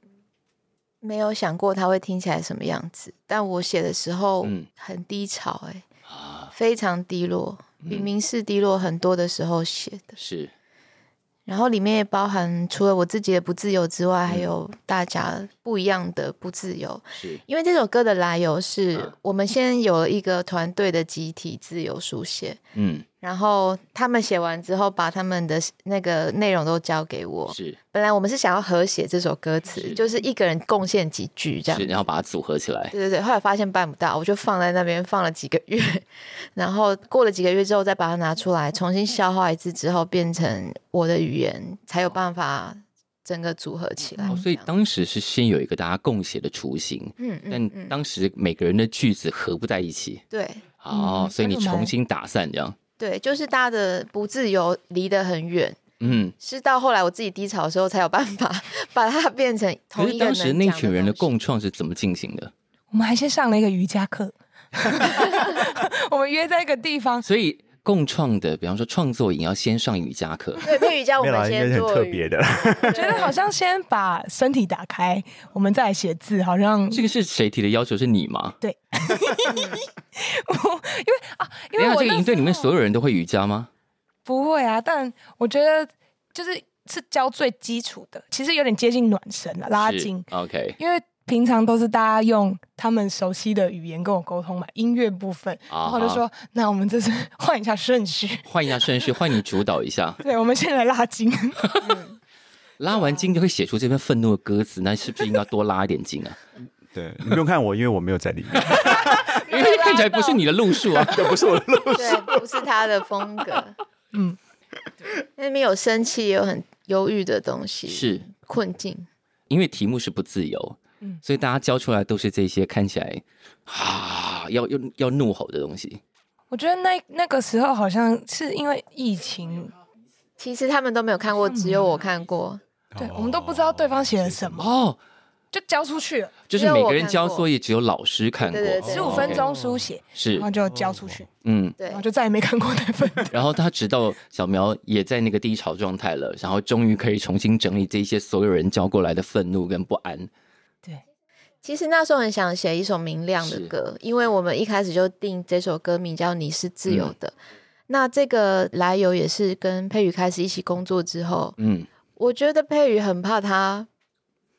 Speaker 5: 没有想过它会听起来什么样子，但我写的时候
Speaker 2: 嗯
Speaker 5: 很低潮，哎，
Speaker 2: 啊，
Speaker 5: 非常低落，
Speaker 3: 嗯
Speaker 5: 比明示低落很多的时候写的。
Speaker 2: 是
Speaker 5: 然后里面也包含除了我自己的不自由之外，
Speaker 2: 嗯
Speaker 5: 还有大家不一样的不自由。
Speaker 2: 是，
Speaker 5: 因为这首歌的来由是
Speaker 2: 嗯
Speaker 5: 我们先有了一个团队的集体自由书写，
Speaker 2: 嗯，
Speaker 5: 然后他们写完之后，把他们的那个内容都交给我。
Speaker 2: 是
Speaker 5: 本来我们是想要合写这首歌词，
Speaker 2: 是
Speaker 5: 就是一个人贡献几句这样
Speaker 2: 是，。然后把它组合起来，
Speaker 5: 对对对，后来发现办不到，我就放在那边放了几个月，然后过了几个月之后再把它拿出来，重新消化一次之后，变成我的语言，才有办法整个组合起来。
Speaker 4: 嗯
Speaker 2: 哦，所以当时是先有一个大家共写的雏形，
Speaker 5: 嗯嗯
Speaker 2: 但
Speaker 5: 嗯，
Speaker 2: 当时每个人的句子合不在一起，
Speaker 5: 对
Speaker 2: 哦，
Speaker 4: 嗯
Speaker 2: 所以你
Speaker 4: 那就蛮
Speaker 2: 重新打散这样，
Speaker 5: 对，就是大家的不自由离得很远，
Speaker 2: 嗯。
Speaker 5: 是到后来我自己低潮的时候才有办法把它变成
Speaker 2: 可
Speaker 5: 同
Speaker 2: 是
Speaker 5: 一个
Speaker 2: 当
Speaker 5: 能
Speaker 2: 时
Speaker 5: 讲
Speaker 2: 那群人的
Speaker 5: 东西
Speaker 2: 共创是怎么进行的？
Speaker 4: 我们还先上了一个瑜伽 课，我们约在一个地方，
Speaker 2: 所以共创的，比方说创作营要先上瑜伽课，
Speaker 5: 对佩瑜伽，我
Speaker 3: 没有啦，
Speaker 5: 们
Speaker 3: 应该
Speaker 5: 先
Speaker 3: 是很
Speaker 5: 做
Speaker 3: 特别的啦。
Speaker 4: 我 觉得好像先把身体打开，我们再来写字，好像
Speaker 2: 这个是谁提的要求？是你吗？ 等
Speaker 4: 因
Speaker 2: 一
Speaker 4: 为
Speaker 2: 下
Speaker 4: 我
Speaker 2: 这个营队里面所
Speaker 4: 有
Speaker 2: 有人都会瑜伽吗？
Speaker 4: 不会啊，但我觉得就是是教最基础的，其实有点接近暖身了，拉
Speaker 2: 是
Speaker 4: 筋。
Speaker 2: OK，
Speaker 4: 因为平常都是大家用他们熟悉的语言跟我沟通嘛，音乐部分，然后就
Speaker 2: 啊
Speaker 4: 说，那我们这次 换一下顺序，
Speaker 2: 换一下顺序，换你主导一下。
Speaker 4: 对，我们先来拉筋，
Speaker 2: 拉完筋就会写出这篇愤怒的歌词，那是不是应该多拉一点筋啊？
Speaker 3: 对你不用看我，因为我没有在里面，
Speaker 2: 因为看起来不是你的路数啊。
Speaker 3: 这不是我 的路。
Speaker 5: 对，不是他的风格。
Speaker 4: 嗯
Speaker 5: 嗯，那边有生气，也有很忧郁的东西，
Speaker 2: 是
Speaker 5: 困境。
Speaker 2: 因为题目是不自由，
Speaker 4: 嗯
Speaker 2: 所以大家教出来都是这些看起来啊要要要怒吼的东西。
Speaker 4: 我觉得那那个时候好像是因为疫情，
Speaker 5: 其实他们都没有看过，只
Speaker 4: 啊
Speaker 5: 有我看过。
Speaker 4: 对
Speaker 3: 哦
Speaker 4: 我们都不知道对方写了什么，
Speaker 2: 哦，
Speaker 4: 就交出去
Speaker 3: 哦
Speaker 4: 了，
Speaker 2: 就是每个人交作业只有老师看过，哦
Speaker 5: 对对对
Speaker 4: 十五分钟啊书写，
Speaker 2: 是
Speaker 4: 然后就交出去，
Speaker 2: 嗯，
Speaker 5: 对
Speaker 4: 然后就再也没看过那份。
Speaker 2: 然后他直到小苗也在那个低潮状态了，然后终于可以重新整理这些所有人交过来的愤怒跟不安。
Speaker 5: 其实那时候很想写一首明亮的
Speaker 2: 是
Speaker 5: 歌，因为我们一开始就定这首歌名叫《你是自
Speaker 2: 嗯
Speaker 5: 由的》。那这个来由也是跟佩宇开始一起工作之后，
Speaker 2: 嗯，
Speaker 5: 我觉得佩宇很怕他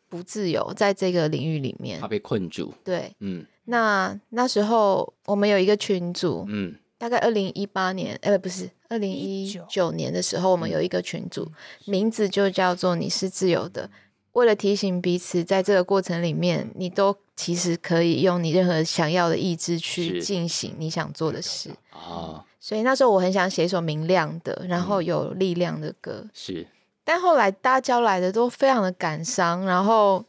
Speaker 5: 不自由，在这个领域里面
Speaker 2: 他。被困住。
Speaker 5: 对，
Speaker 2: 嗯
Speaker 5: 那那时候我们有一个群组，
Speaker 2: 嗯，
Speaker 5: 大概二零一八年，呃，不是二零一嗯九年的时候，我们有一个群组，名字就叫做“你是自由的”。为了提醒彼此，在这个过程里面，你都其实可以用你任何想要的意志去
Speaker 2: 是
Speaker 5: 进行你想做的事。
Speaker 2: 啊，
Speaker 5: 所以那时候我很想写一首明亮的，然后有力量的歌，
Speaker 2: 是
Speaker 5: 但后来大家交来的都非常的感伤，然后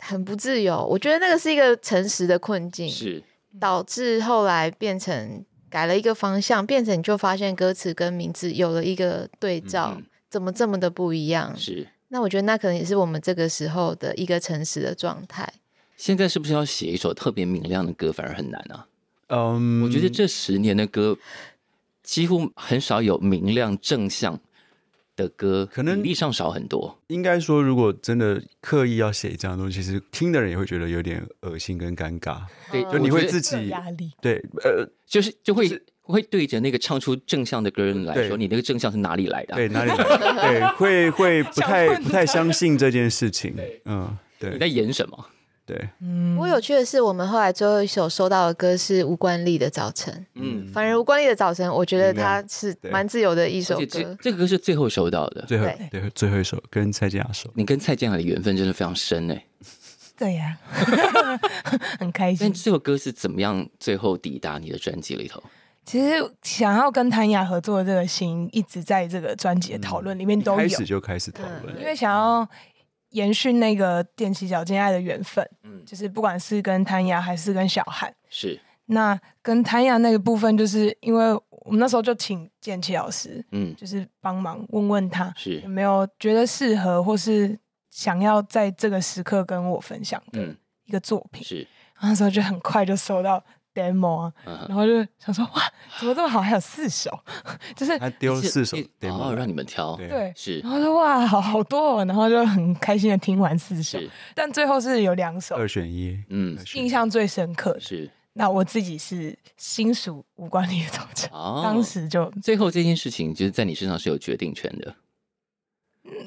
Speaker 5: 很不自由。我觉得那个是一个诚实的困境。
Speaker 2: 是，
Speaker 5: 导致后来变成改了一个方向，变成你就发现歌词跟名字有了一个对照，
Speaker 2: 嗯嗯
Speaker 5: 怎么这么的不一样？
Speaker 2: 是。
Speaker 5: 那我觉得那可能也是我们这个时候的一个诚实的状态。
Speaker 2: 现在是不是要写一首特别明亮的歌反而很难啊？
Speaker 3: 嗯，
Speaker 2: 我觉得这十年的歌几乎很少有明亮正向的歌，
Speaker 3: 可能
Speaker 2: 比例上少很多。
Speaker 3: 应该说，如果真的刻意要写这样的东西，其实听的人也会觉得有点恶心跟尴尬，
Speaker 2: 对，
Speaker 5: 就
Speaker 3: 就你
Speaker 2: 我觉
Speaker 3: 会
Speaker 2: 得
Speaker 3: 自己
Speaker 4: 压力，
Speaker 3: 对呃
Speaker 2: 就是啊就会会对着那个唱出正向的歌人来
Speaker 3: 对
Speaker 2: 说，你那个正向是哪里来的啊、
Speaker 3: 对哎哪里来对会会不
Speaker 4: 想
Speaker 3: 太
Speaker 4: 问他
Speaker 3: 不太相信这件事 情，嗯
Speaker 2: 你在
Speaker 3: 对
Speaker 2: 演什么？
Speaker 3: 对，
Speaker 2: 嗯
Speaker 5: 不
Speaker 4: 嗯
Speaker 5: 过有趣的是，我们后来最后一首收到的歌是吴冠丽的《早晨》。
Speaker 2: 嗯，
Speaker 5: 反而吴冠丽的《早晨》，我觉得
Speaker 3: 明亮
Speaker 5: 它是
Speaker 3: 对
Speaker 5: 蛮自由的一
Speaker 2: 而
Speaker 5: 首
Speaker 2: 且这
Speaker 5: 歌。
Speaker 2: 这个歌是最后收到的。
Speaker 3: 最后
Speaker 5: 对
Speaker 3: 对最后一首跟蔡健雅说，
Speaker 2: 你跟蔡健雅的缘分真的非常深哎、
Speaker 4: 对呀， 很开
Speaker 2: 但
Speaker 4: 心。
Speaker 2: 这首歌是怎么样最后抵达你的专辑里头？
Speaker 4: 其实想要跟谭雅合作的这个心，一直在这个专辑的讨论里面
Speaker 3: 嗯一
Speaker 4: 都有嗯
Speaker 3: 开，始就开始讨论，
Speaker 4: 因为想要延续那个踮起脚尖爱的缘分，
Speaker 2: 嗯，
Speaker 4: 就是不管是跟谭雅还是跟小汉。
Speaker 2: 是，
Speaker 4: 那跟谭雅那个部分，就是因为我们那时候就请建奇老师，
Speaker 2: 嗯，
Speaker 4: 就是帮忙问问他
Speaker 2: 是
Speaker 4: 有，没有觉得适合或是想要在这个时刻跟我分享的
Speaker 2: 嗯，
Speaker 4: 一个作品。
Speaker 2: 是，
Speaker 4: 然后那时候就很快就收到 demo 啊，
Speaker 2: 嗯
Speaker 4: 然，后就想说哇，怎么这么好，还有四首， 就是
Speaker 3: 他丢了四首
Speaker 2: 是
Speaker 3: demo，
Speaker 2: 哦，让你们挑，
Speaker 3: 对
Speaker 4: 对。
Speaker 2: 是
Speaker 4: 然后说哇，好好多、哦，然后就很开心的听完四首，
Speaker 2: 是，
Speaker 4: 但最后是有两首
Speaker 3: 二选一，
Speaker 2: 嗯
Speaker 3: 二，选一
Speaker 4: 印象最深刻的。
Speaker 2: 是，
Speaker 4: 那我自己是新属无关里的早晨，
Speaker 2: 哦，
Speaker 4: 当时就
Speaker 2: 最后这件事情就是在你身上是有决定权的，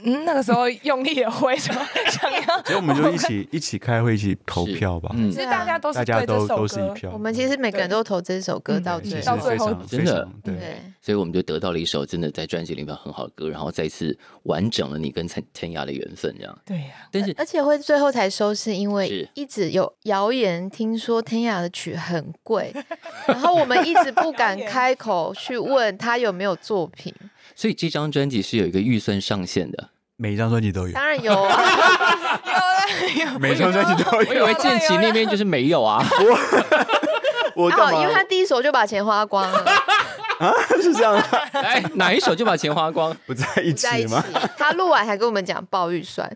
Speaker 4: 嗯，那个时候用力的挥手，想 要，
Speaker 3: 结果我们就一起一起开会，一起投
Speaker 2: 是
Speaker 3: 票吧，
Speaker 2: 嗯
Speaker 4: 其实大家都
Speaker 3: 大
Speaker 4: 是
Speaker 3: 家
Speaker 4: 对
Speaker 3: 都
Speaker 4: 这首
Speaker 3: 都是一
Speaker 4: 歌，
Speaker 3: 票，
Speaker 5: 我们其实每个人都投这首歌
Speaker 4: 嗯
Speaker 5: 到
Speaker 3: 对
Speaker 5: 最
Speaker 3: 其
Speaker 4: 到
Speaker 3: 实。
Speaker 5: 后嗯
Speaker 4: 最
Speaker 3: 非
Speaker 4: 后
Speaker 3: 常
Speaker 2: 真
Speaker 3: 非
Speaker 2: 的
Speaker 3: 常对。
Speaker 5: 对，
Speaker 2: 所以我们就得到了一首真的在专辑里面很好的歌，然后再一次完整了你跟陈陈雅的缘分这样。
Speaker 4: 对啊呀、
Speaker 2: 但是
Speaker 5: 而且会最后才收，是因为
Speaker 2: 是
Speaker 5: 一直有谣言，听说天涯的曲很贵， 然后我们一直不敢开口去问他有没有作品。
Speaker 2: 所以这张专辑是有一个预算上限的。
Speaker 3: 每一张专辑都有，
Speaker 5: 当然有啊，
Speaker 3: 每一张专辑都
Speaker 2: 我
Speaker 3: 有，
Speaker 2: 以为建奇 那边就是没有啊，
Speaker 3: 我
Speaker 5: 然
Speaker 3: 干
Speaker 5: 哦后因为他
Speaker 3: 嘛？
Speaker 5: 第一首就把钱花光了，
Speaker 3: 是这样 啊，
Speaker 2: 哎， 哪一首就把钱花光，
Speaker 3: 不在 一
Speaker 5: 不在
Speaker 3: 起
Speaker 5: 一起
Speaker 3: 吗？。
Speaker 5: 他录完还跟我们讲报预算，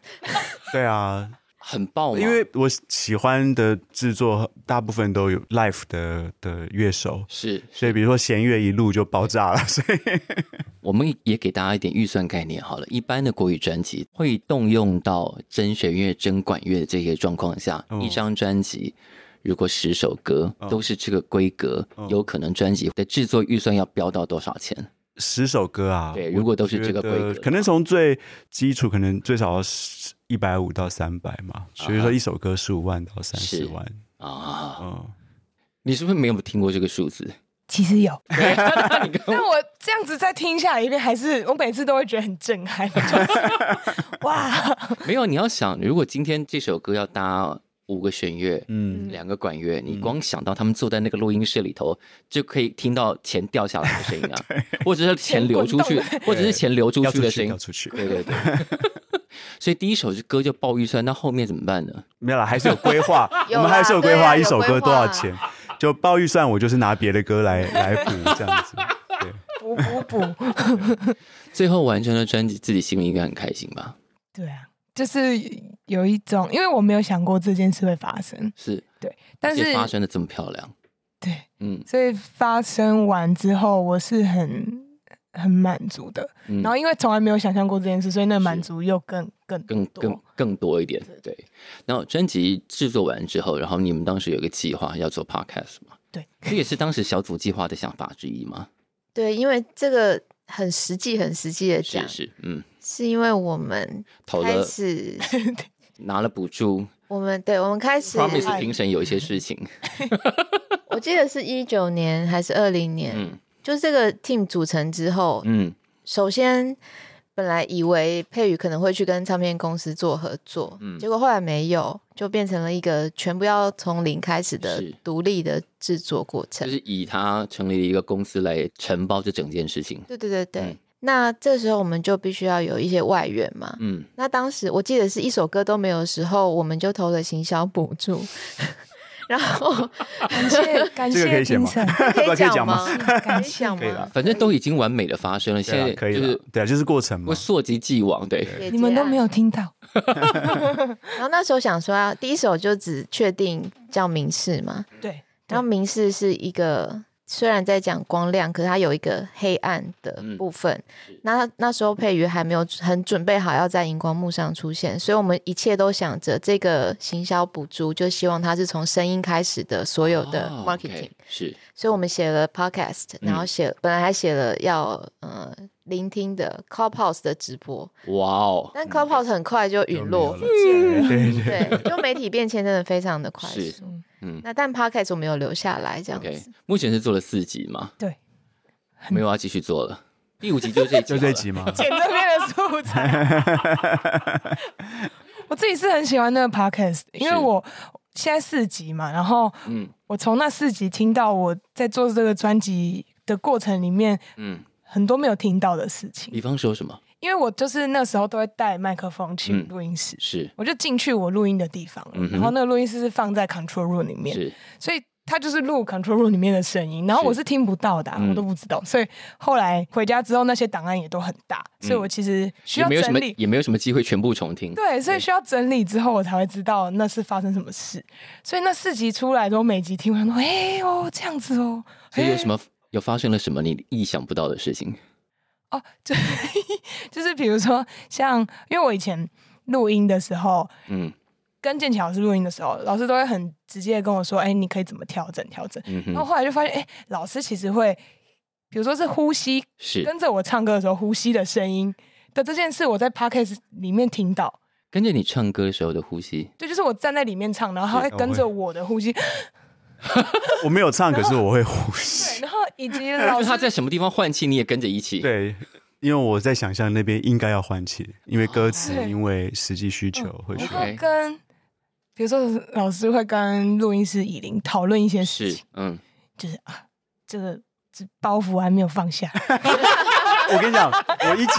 Speaker 3: 对啊，
Speaker 2: 很爆吗？
Speaker 3: 因为我喜欢的制作大部分都有 l i f e 的的乐手，
Speaker 2: 是
Speaker 3: 所以比如说弦乐一路就爆炸了，所以
Speaker 2: 我们也给大家一点预算概念好了。一般的国语专辑会动用到真弦乐、真管乐这些状况下，
Speaker 3: 哦
Speaker 2: 一张专辑如果十首歌
Speaker 3: 哦
Speaker 2: 都是这个规格，
Speaker 3: 哦
Speaker 2: 有可能专辑的制作预算要飙到多少钱？
Speaker 3: 十首歌啊，
Speaker 2: 对
Speaker 3: 我
Speaker 2: 如果都是这个规格的话
Speaker 3: 觉得可能从最基础可能最少要一百五到三百嘛，所以说一首歌十五万到三
Speaker 2: 啊是
Speaker 3: 十万，
Speaker 2: 啊，
Speaker 3: 嗯，
Speaker 2: 你是不是没有听过这个数字？
Speaker 4: 其实有，
Speaker 2: 那你跟
Speaker 4: 但我这样子再听下来一遍，还是我每次都会觉得很震 撼，就是哇，
Speaker 2: 没有，你要想，如果今天这首歌要搭五个弦乐，
Speaker 3: 嗯，
Speaker 2: 两个管乐，你光想到他们坐在那个录音室里头，就可以听到钱掉下来的声音 啊，或者是钱流出去
Speaker 4: 钱滚，
Speaker 2: 或者是钱流出
Speaker 3: 要
Speaker 2: 去
Speaker 3: 出
Speaker 2: 的
Speaker 3: 去
Speaker 2: 声音
Speaker 3: 要。出去，
Speaker 2: 对对对。 所以第一首歌就爆预算，那后面怎么办呢？
Speaker 3: 没有啦，还是有规划，我
Speaker 5: 有
Speaker 3: 们
Speaker 5: 啦
Speaker 3: 还是有规
Speaker 5: 对
Speaker 3: 划，
Speaker 5: 啊
Speaker 3: 一首
Speaker 5: 有
Speaker 3: 歌
Speaker 5: 规划
Speaker 3: 多少钱？就报预算，我就是拿别的歌来来补这样子。
Speaker 4: 补补补，
Speaker 2: 最后完成了专辑，自己心里应该很开心吧？
Speaker 4: 对啊，就是有一种，因为我没有想过这件事会发生，
Speaker 2: 是，
Speaker 4: 对，但
Speaker 2: 而且
Speaker 4: 是
Speaker 2: 发生的这么漂亮，
Speaker 4: 对，
Speaker 2: 嗯
Speaker 4: 所以发生完之后，我是很很满足的。
Speaker 2: 嗯，
Speaker 4: 然后因为从来没有想象过这件事，所以那个满足又更更
Speaker 2: 更
Speaker 4: 多
Speaker 2: 更更多一点，对。然后专辑制作完之后，然后你们当时有一个计划要做 podcast 嘛？
Speaker 4: 对，
Speaker 2: 这也是当时小组计划的想法之一吗？
Speaker 5: 对，因为这个很实际、很实际的讲
Speaker 2: 是，是，嗯，
Speaker 5: 是因为我们
Speaker 2: 投
Speaker 5: 开
Speaker 2: 了
Speaker 5: 始，
Speaker 2: 拿了补助
Speaker 5: 我们对我们开始，
Speaker 2: ，Promise 评审有一些事情，
Speaker 5: 我记得是一九年还是二零年，
Speaker 2: 嗯
Speaker 5: 就这个 team 组成之后，
Speaker 2: 嗯
Speaker 5: 首先本来以为佩宇可能会去跟唱片公司做合作，
Speaker 2: 嗯
Speaker 5: 结果后来没有，就变成了一个全部要从零开始的
Speaker 2: 是
Speaker 5: 独立的制作过
Speaker 2: 就
Speaker 5: 程。
Speaker 2: 是以他成立了一个公司来承包这整件事情，
Speaker 5: 对对对对。
Speaker 2: 嗯
Speaker 5: 那这时候我们就必须要有一些外援嘛。
Speaker 2: 嗯，
Speaker 5: 那当时我记得是一首歌都没有的时候，我们就投了行销补助， 然后
Speaker 4: 感谢感
Speaker 3: 这个可
Speaker 4: 谢
Speaker 3: 以写吗
Speaker 4: 评审，
Speaker 5: 可
Speaker 3: 可以
Speaker 5: 以
Speaker 3: 讲
Speaker 5: 讲
Speaker 3: 吗
Speaker 5: 吗？
Speaker 4: 感
Speaker 5: 可以讲
Speaker 3: 可以啦
Speaker 5: 吗？
Speaker 2: 反正都已经完美的发生了，现
Speaker 3: 对啊
Speaker 2: 在，
Speaker 3: 可以
Speaker 2: 就
Speaker 3: 啦
Speaker 2: 是，
Speaker 3: 对啊，就是过程嘛
Speaker 2: 会。溯及既往，对，
Speaker 5: 姐姐
Speaker 4: 你们都
Speaker 5: 啊
Speaker 4: 没有听到，
Speaker 5: 然后那时候想说啊，第一首就只确定叫明示嘛，
Speaker 4: 对，
Speaker 5: 然后明示是一个虽然在讲光亮，可是它有一个黑暗的
Speaker 2: 嗯
Speaker 5: 部分。那那时候佩瑜还没有很准备好要在荧光幕上出现，所以我们一切都想着这个行销补助，就希望它是从声音开始的所有的
Speaker 2: 哦
Speaker 5: marketing。
Speaker 2: ，OK，是
Speaker 5: 所以我们写了 podcast，
Speaker 2: 嗯
Speaker 5: 然后写、本来还写了要呃聆听的 Clubhouse 的直播，
Speaker 2: 哇哦，
Speaker 5: 但 Clubhouse 很快就
Speaker 3: 就
Speaker 5: 陨
Speaker 3: 没
Speaker 5: 落。
Speaker 3: 有了对对对
Speaker 5: 对，就媒体变迁真的非常的快
Speaker 2: 是
Speaker 5: 速。
Speaker 2: 嗯
Speaker 5: 那但 podcast 我们有留下来这样子
Speaker 2: ，OK，目前是做了四集嘛，
Speaker 4: 对，
Speaker 2: 没有要继续做了，第五集就这一集，
Speaker 3: 就这一 集。吗？
Speaker 4: 剪这边的素材。我自己是很喜欢那个 podcast，的因为
Speaker 2: 是
Speaker 4: 我现在四集嘛，然后
Speaker 2: 嗯
Speaker 4: 我从那四集听到我在做这个专辑的过程里面
Speaker 2: 嗯，
Speaker 4: 很多没有听到的事情
Speaker 2: 比，方说什么？
Speaker 4: 因为我就是那时候都会带麦克风去
Speaker 2: 嗯
Speaker 4: 录音室，
Speaker 2: 是
Speaker 4: 我就进去我录音的地方了，
Speaker 2: 嗯哼
Speaker 4: 然后那个录音室是放在 control room 里面，
Speaker 2: 是，
Speaker 4: 所以它就是录 control room 里面的声音，然后
Speaker 2: 是
Speaker 4: 我是听不到的啊、
Speaker 2: 嗯
Speaker 4: 我都不知道，所以后来回家之后那些档案也都很大，所以我其实
Speaker 2: 嗯
Speaker 4: 需
Speaker 2: 也
Speaker 4: 要
Speaker 2: 没有什
Speaker 4: 整
Speaker 2: 么
Speaker 4: 理。
Speaker 2: 也没有什么机会全部重听。
Speaker 4: 对，所以需要整理之后，我才会知道那是发生什么事。所以那四集出来之后，每集听完都，哎、哦，这样子哦，
Speaker 2: 所以有
Speaker 4: 哎
Speaker 2: 什么有发生了什么你意想不到的事情？
Speaker 4: 哦，就 就是比如说像，因为我以前录音的时候，
Speaker 2: 嗯
Speaker 4: 跟剑桥老师录音的时候，老师都会很直接地跟我说：“哎、你可以怎么调整调整。
Speaker 2: 嗯
Speaker 4: 然后
Speaker 2: 哼，
Speaker 4: 后来就发现，哎、老师其实会，比如说是呼吸，
Speaker 2: 是
Speaker 4: 跟着我唱歌的时候呼吸的声音的这件事，我在 podcast 里面听到，
Speaker 2: 跟着你唱歌时候的呼吸，
Speaker 4: 对，就是我站在里面唱，然后他会
Speaker 3: 是
Speaker 4: 跟着我的呼
Speaker 2: 哦
Speaker 4: 吸，对，
Speaker 3: 我没有唱，可是我会呼吸。
Speaker 4: 然后以及老
Speaker 2: 就是他
Speaker 4: 师
Speaker 2: 在什么地方换气，你也跟着一起。，
Speaker 3: 对，因为我在想象那边应该要换气，因为歌词，
Speaker 4: 对
Speaker 3: 因为实际需求会
Speaker 4: 然
Speaker 3: 说。
Speaker 4: 后
Speaker 2: OK
Speaker 4: 跟，比如说老师会跟录音师以琳讨论一些事
Speaker 2: 是
Speaker 4: 情，，
Speaker 2: 嗯，
Speaker 4: 就是啊，这个这包袱还没有放 下，
Speaker 3: 我跟你讲，我一集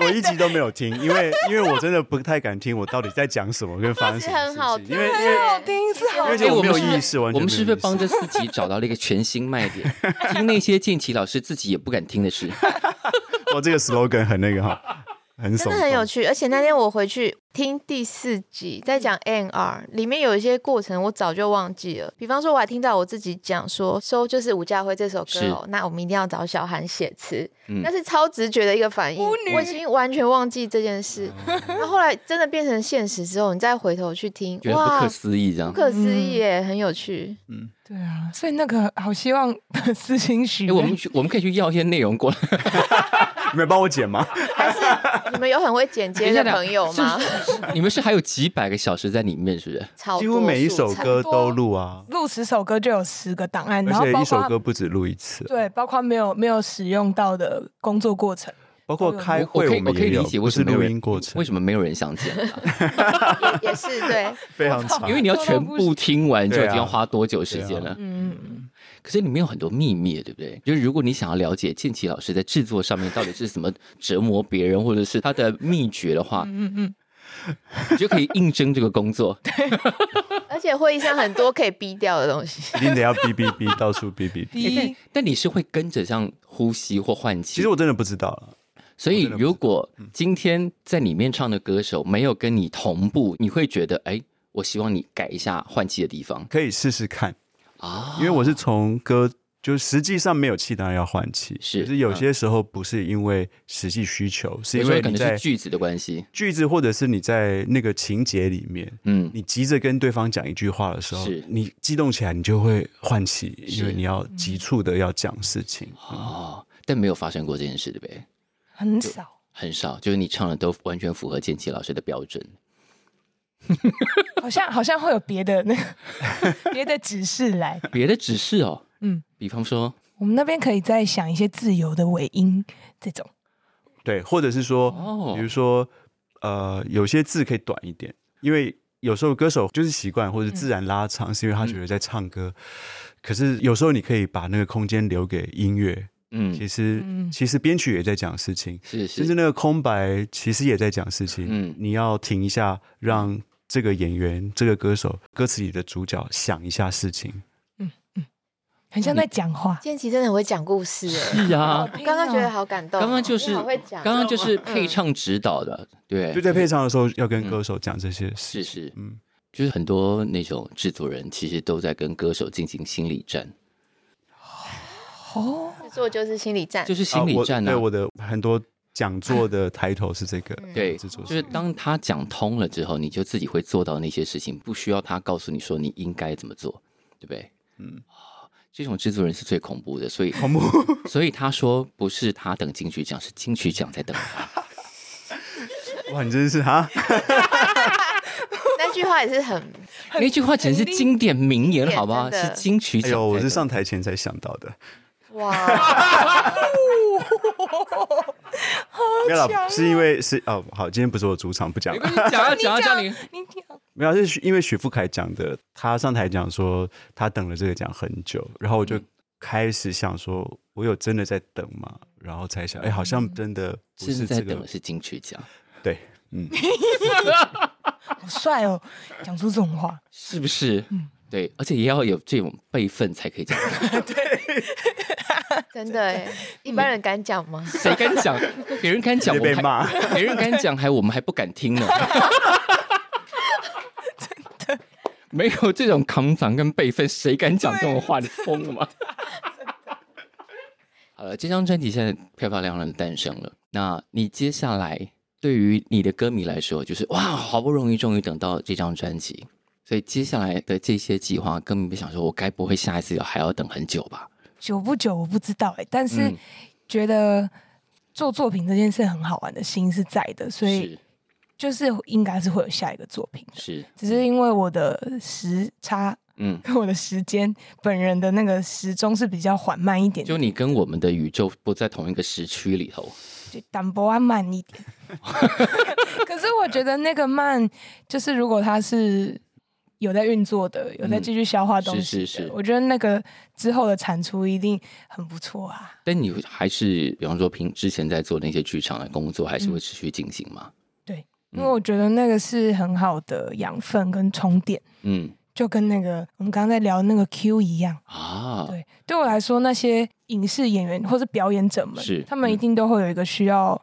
Speaker 3: 我一集都没有听，因为因为我真的不太敢听我到底在讲什么跟发生什
Speaker 5: 是
Speaker 3: 么事情
Speaker 5: 很好
Speaker 3: 因为因
Speaker 4: 很
Speaker 3: 为
Speaker 4: 好听，是
Speaker 5: 哦
Speaker 4: 好
Speaker 3: 而且
Speaker 2: 哎
Speaker 3: 我没有
Speaker 2: 们是不是
Speaker 3: 意识完
Speaker 2: 我们
Speaker 3: 全没
Speaker 2: 是不
Speaker 3: 有
Speaker 2: 是
Speaker 3: 意识
Speaker 2: 帮 这四集找到了一个全新卖点？听那些建奇老师自己也不敢听的事。
Speaker 3: 我这个 slogan 很那个哈，很
Speaker 5: 真
Speaker 3: 耸
Speaker 5: 的很有
Speaker 3: 动。
Speaker 5: 趣。而且那天我回去听第四集，在讲 NR，里面有一些过程我早就忘记了。比方说，我还听到我自己讲说，收就是吴家辉这首歌哦，那我们一定要找小韩写词，
Speaker 2: 嗯
Speaker 5: 那是超直觉的一个反应。
Speaker 4: 巫女
Speaker 5: 我已经完全忘记这件事。
Speaker 3: 哦
Speaker 5: 那后来真的变成现实之后，你再回头去听，
Speaker 2: 觉得不
Speaker 5: 哇
Speaker 2: 可，思议，这样
Speaker 5: 不。可思
Speaker 4: 嗯
Speaker 5: 议耶，很有趣。
Speaker 4: 对啊，所以那个好希望私心许
Speaker 2: 哎、
Speaker 4: 愿
Speaker 2: 我们去，我们可以去要一些内容过来。
Speaker 3: 你们帮我剪吗？
Speaker 5: 还是你们有很会剪接的朋友吗？
Speaker 2: 你们是还有几百个小时在里面，是不是？
Speaker 5: 超
Speaker 3: 几乎
Speaker 5: 多
Speaker 3: 每一
Speaker 5: 素
Speaker 3: 首
Speaker 5: 材
Speaker 3: 歌都录啊，
Speaker 4: 录十首歌就有十个档案，
Speaker 3: 而
Speaker 4: 然后
Speaker 3: 且
Speaker 4: 包
Speaker 3: 一首
Speaker 4: 括
Speaker 3: 歌不止录一次。
Speaker 4: 对，包括没有没有使用到的工作过程，
Speaker 3: 包括
Speaker 4: 都有
Speaker 3: 开
Speaker 2: 我
Speaker 3: 会
Speaker 2: 可以
Speaker 3: 们
Speaker 2: 可以
Speaker 3: 也有，
Speaker 2: 理解
Speaker 3: 不
Speaker 2: 为什么
Speaker 3: 是
Speaker 2: 没有
Speaker 3: 录
Speaker 2: 人
Speaker 3: 音过程
Speaker 2: 为，什么没有人想剪啊、
Speaker 5: 也也是对，
Speaker 3: 非常长
Speaker 2: 因为你要全部听完就已经
Speaker 3: 对啊啊
Speaker 2: 要花多久时间了？
Speaker 4: 嗯，
Speaker 2: 可是里面有很多秘密，对不对？就是如果你想要了解建奇老师在制作上面到底是怎么折磨别人，或者是他的秘诀的话，嗯嗯，你就可以应征这个工 作。
Speaker 5: 而且会议上很多可以逼掉的东西。
Speaker 3: 一定得要哔哔哔，到处哔哔哔。
Speaker 4: 第一
Speaker 2: 但 但你是会跟着像呼吸或换气，
Speaker 3: 其实我真的不知道了，
Speaker 2: 所以
Speaker 3: 我真的不知道嗯
Speaker 2: 如果今天在里面唱的歌手没有跟你同步，你会觉得哎。我希望你改一下换气的地方
Speaker 3: 可以试试看，
Speaker 2: 啊，
Speaker 3: 因为我是从歌。就实际上没有气，当然要换气。
Speaker 2: 是嗯
Speaker 3: 可是有些时候不是因为实际需求，是
Speaker 2: 有
Speaker 3: 因
Speaker 2: 时候
Speaker 3: 为
Speaker 2: 可
Speaker 3: 你
Speaker 2: 能
Speaker 3: 在
Speaker 2: 是句子的关系，
Speaker 3: 句子或者是你在那个情节里面，
Speaker 2: 嗯，
Speaker 3: 你急着跟对方讲一句话的时候
Speaker 2: 是，
Speaker 3: 你激动起来，你就会换气，因
Speaker 2: 是嗯
Speaker 3: 为你要急促的要讲事情。
Speaker 2: 哦，但没有发生过这件事，对不对？
Speaker 4: 很少。
Speaker 2: 很少，就是你唱的都完全符合建奇老师的标 准。
Speaker 4: 好像好像会有别的那个 别的指示来。
Speaker 2: 别的指示哦，
Speaker 4: 嗯，
Speaker 2: 比方说，
Speaker 4: 我们那边可以再想一些自由的尾音这种。
Speaker 3: 对，或者是说，
Speaker 2: 哦
Speaker 3: 比如说，呃，有些字可以短一点，因为有时候歌手就是习惯或者
Speaker 2: 嗯
Speaker 3: 自然拉长，是因为他觉得在唱歌。可是有时候你可以把那个空间留给音乐，
Speaker 2: 嗯，
Speaker 3: 其实、
Speaker 4: 嗯
Speaker 3: 其实编曲也在讲事情，
Speaker 2: 是
Speaker 3: 甚至
Speaker 2: 是，
Speaker 3: 那个空白其实也在讲事情。
Speaker 2: 嗯
Speaker 3: 你要停一下，让这个演员、这个歌手、歌词里的主角想一下事情。
Speaker 4: 很像在讲话。
Speaker 5: 建奇真的很会讲 故事哎、
Speaker 2: 是啊，
Speaker 5: 我刚刚觉得好感动哦，
Speaker 2: 刚刚就是
Speaker 5: 你好会讲哦，
Speaker 2: 刚刚就是配唱指导的，对
Speaker 3: 就，在配唱的时候，要跟歌手讲这些
Speaker 2: 是
Speaker 3: 事。
Speaker 2: 是，
Speaker 3: 嗯，
Speaker 2: 就是很多那种制作人其实都在跟歌手进行心理战，
Speaker 4: 哦，
Speaker 5: 制作就是心理战
Speaker 2: 就，是心
Speaker 3: 啊
Speaker 2: 理
Speaker 3: 我
Speaker 2: 战
Speaker 3: 对
Speaker 2: 啊，
Speaker 3: 我的很多讲座的抬头是这个。
Speaker 2: 对，
Speaker 3: 制作
Speaker 2: 就是当他讲通了之后，你就自己会做到那些事情，不需要他告诉你说你应该怎么做，对不对？嗯
Speaker 3: 嗯，
Speaker 2: 这种制作人是最恐怖的，所以
Speaker 3: 恐怖，
Speaker 2: 所以他说不是他等金曲奖，是金曲奖在等 他。
Speaker 3: 哇，你真是啊！
Speaker 5: 那句话也 是很
Speaker 2: 那句话简直是经典名言，好不好？
Speaker 5: 真
Speaker 2: 是
Speaker 5: 的
Speaker 2: 金曲
Speaker 3: 哎
Speaker 2: 奖在等。
Speaker 3: 呦，我是上台前才想到的，
Speaker 5: 哇，
Speaker 3: 没有
Speaker 4: 强
Speaker 3: 啦，是因为是哦，好，今天不是我主场，不讲
Speaker 2: 没
Speaker 3: 了
Speaker 2: 关。系， 讲啊讲啊讲啊你。
Speaker 4: 你讲，
Speaker 3: 没有，是许因为许富凯讲的，他上台讲说他等了这个奖很久，然后我
Speaker 2: 嗯
Speaker 3: 就开始想说，我有真的在等吗？然后才想，哎，好像真的不
Speaker 2: 嗯真的
Speaker 3: 是
Speaker 2: 在
Speaker 3: 这
Speaker 2: 等的
Speaker 3: 个，
Speaker 2: 是金曲奖，
Speaker 3: 对，嗯，
Speaker 4: 好帅哦，讲出这种话，
Speaker 2: 是不是？对，而且也要有这种辈分才可以讲。
Speaker 5: 真的哎、一般人敢讲吗？
Speaker 2: 谁敢讲？别人敢 讲，
Speaker 3: 直
Speaker 2: 我
Speaker 3: 接被
Speaker 2: 们 还别人敢讲，还我们还不敢听呢。真的，没有这种扛长跟辈分，谁敢讲这种话？你疯了吗？ 好了，这张专辑现在漂漂亮亮的诞生了。那你接下来对于你的歌迷来说，就是哇，好不容易终于等到这张专辑，所以接下来的这些计划，根本不想说，我该不会下一次还要等很久吧？
Speaker 4: 久不久我不知道哎、但是
Speaker 2: 嗯
Speaker 4: 觉得做作品这件事很好玩的心是在的，所以
Speaker 2: 是
Speaker 4: 就是应该是会有下一个作品的。
Speaker 2: 是，
Speaker 4: 只是因为我的时差
Speaker 2: 嗯，
Speaker 4: 跟我的时间，本人的那个时钟是比较缓慢一点的
Speaker 2: 就，你跟我们的宇宙不在同一个时区里头，
Speaker 4: 就淡薄啊慢一点。 可是我觉得那个慢，就是如果它是有在运作的，有在继续消化东西的，
Speaker 2: 嗯是是是
Speaker 4: 我觉得那个之后的产出一定很不错啊。
Speaker 2: 但你还是，比方说平之前在做那些剧场的工作，还是会持续进行吗？
Speaker 4: 对，
Speaker 2: 嗯
Speaker 4: 因为我觉得那个是很好的养分跟充电，
Speaker 2: 嗯
Speaker 4: 就跟那个我们刚刚在聊那个 Q 一样。
Speaker 2: 啊，
Speaker 4: 对，对我来说，那些影视演员或是表演者们，
Speaker 2: 是
Speaker 4: 他们一
Speaker 2: 嗯
Speaker 4: 定都会有一个需要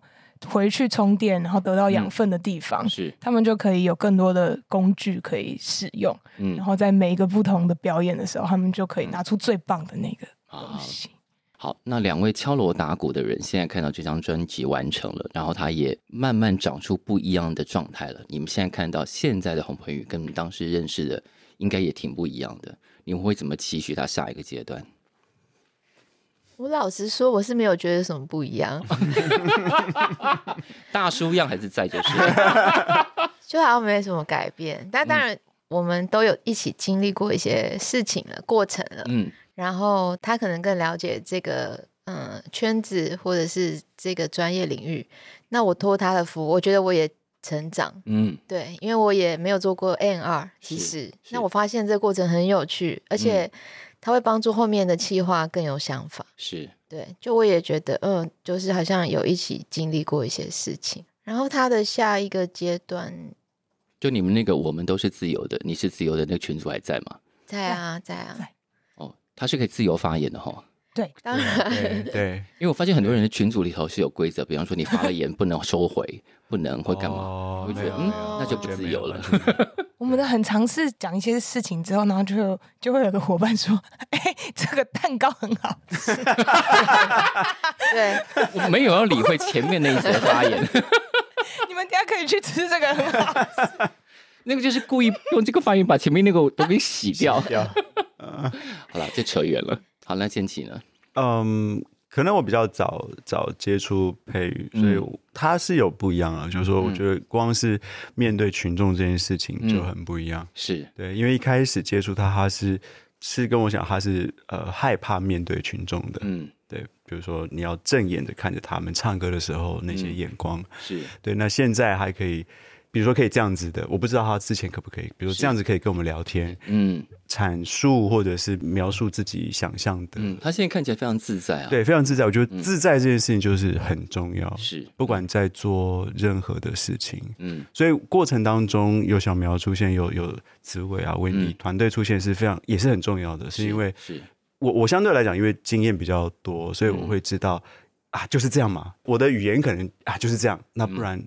Speaker 4: 回去充电，然后得到
Speaker 2: 嗯
Speaker 4: 养分的地方。
Speaker 2: 是，
Speaker 4: 他们就可以有更多的工具可以使用，
Speaker 2: 嗯
Speaker 4: 然后在每一个不同的表演的时候，他们就可以拿出最棒的那个东
Speaker 2: 啊，
Speaker 4: 西。
Speaker 2: 好，那两位敲锣打鼓的人，现在看到这张专辑完成了，然后它也慢慢长出不一样的状态了。你们现在看到现在的洪鹏宇，跟你当时认识的，应该也挺不一样的。你们会怎么期许他下一个阶段？
Speaker 5: 我老实说，我是没有觉得什么不一样，
Speaker 2: 哦大叔样还是在，就是
Speaker 5: 就好像没什么改变。
Speaker 2: 嗯
Speaker 5: 但当然，我们都有一起经历过一些事情了、过程了，
Speaker 2: 嗯
Speaker 5: 然后他可能更了解这个。嗯圈子或者是这个专业领域，那我托他的福，我觉得我也成长。
Speaker 2: 嗯，
Speaker 5: 对，因为我也没有做过 N R，其
Speaker 2: 是
Speaker 5: 实
Speaker 2: 是
Speaker 5: 那我发现这个过程很有趣，而且它会帮助后面的企划更有想法。
Speaker 2: 是
Speaker 5: 对，就我也觉得，嗯，就是好像有一起经历过一些事情。然后他的下一个阶段，
Speaker 2: 就你们那个我们都是自由的，你是自由的那个群组还在吗？
Speaker 5: 在啊，在啊，
Speaker 4: 在
Speaker 2: 哦，他是可以自由发言的哈、
Speaker 4: 对，
Speaker 5: 当然，
Speaker 3: 对对，
Speaker 2: 因为我发现很多人的群组里头是有规则，比方说你发了言 不能收回，不能会干嘛？
Speaker 3: 哦
Speaker 2: 我觉得
Speaker 5: 没有
Speaker 2: 嗯
Speaker 5: 没有，
Speaker 2: 那就
Speaker 5: 完
Speaker 2: 不
Speaker 5: 全
Speaker 2: 自由了。
Speaker 3: 完全没有
Speaker 4: 我们的很尝试讲一些事情之后，然后就有就会有个伙伴说：“哎、这个蛋糕很好吃。
Speaker 5: 对，
Speaker 2: 我没有要理会前面那一则发言，
Speaker 4: 你们等一下可以去吃这个很好。
Speaker 2: 那个就是故意用这个发言把前面那个都给洗掉。 好了，这扯远了。好，那建奇呢？
Speaker 3: 嗯，可能我比较早早接触配语，所以
Speaker 2: 嗯
Speaker 3: 我它是有不一样啊。就是说，我觉得光是面对群众这件事情
Speaker 2: 嗯
Speaker 3: 就很不一样。
Speaker 2: 是
Speaker 3: 对，因为一开始接触他，他是是跟我讲，他是呃害怕面对群众的。
Speaker 2: 嗯
Speaker 3: 对，比如说你要正眼的看着他们唱歌的时候那些
Speaker 2: 嗯
Speaker 3: 眼光，
Speaker 2: 是
Speaker 3: 对，那现在还可以，比如说可以这样子的，我不知道他之前可不可以，比如说
Speaker 2: 是
Speaker 3: 这样子可以跟我们聊天，
Speaker 2: 嗯
Speaker 3: 阐述或者是描述自己想象的，
Speaker 2: 嗯，他现在看起来非常自在啊。
Speaker 3: 对，非常自在。我觉得自在这件事情就是很重要，
Speaker 2: 是
Speaker 3: 不管在做任何的事情。
Speaker 2: 嗯
Speaker 3: 所以过程当中有小苗出现，有有紫薇啊、维尼
Speaker 2: 嗯
Speaker 3: 团队出现是非常也是很重要的，是因为
Speaker 2: 是嗯
Speaker 3: 我我相对来讲，因为经验比较多，所以我会知道、啊，就是这样嘛。我的语言可能啊就是这样，那不然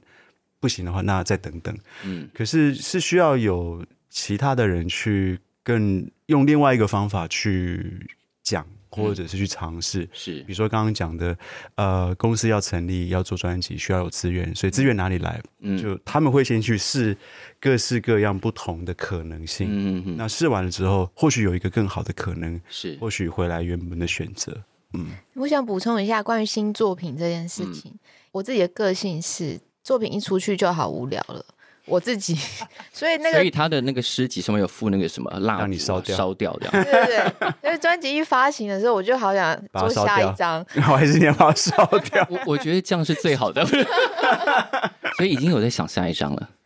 Speaker 3: 不行的话，那再等等。
Speaker 2: 嗯
Speaker 3: 可是是需要有其他的人去更用另外一个方法去讲，或
Speaker 2: 嗯
Speaker 3: 者是去尝试。
Speaker 2: 是
Speaker 3: 比如说刚刚讲的，呃，公司要成立要做专辑，需要有资源，所以资源哪里来？
Speaker 2: 嗯
Speaker 3: 就他们会先去试各式各样不同的可能
Speaker 2: 嗯
Speaker 3: 性。
Speaker 2: 嗯嗯
Speaker 3: 那试完了之后，或许有一个更好的可能，
Speaker 2: 是
Speaker 3: 或许回来原本的选择。嗯
Speaker 5: 我想补充一下关于新作品这件事情。我自己的个性是，作品一出去就好无聊了，我自己，所以那个
Speaker 2: 所以他的那个诗集上面有附那个什么蜡烛啊，
Speaker 3: 让你烧掉
Speaker 2: 烧掉这样。。
Speaker 5: 对对对， 因为专辑一发行的时候，我就好想
Speaker 3: 把它
Speaker 5: 做
Speaker 3: 烧
Speaker 5: 下
Speaker 3: 掉
Speaker 5: 一张。
Speaker 3: 我还是你要把它烧掉
Speaker 2: 我我觉得这样是最好的， 所以已经有在想下一章了。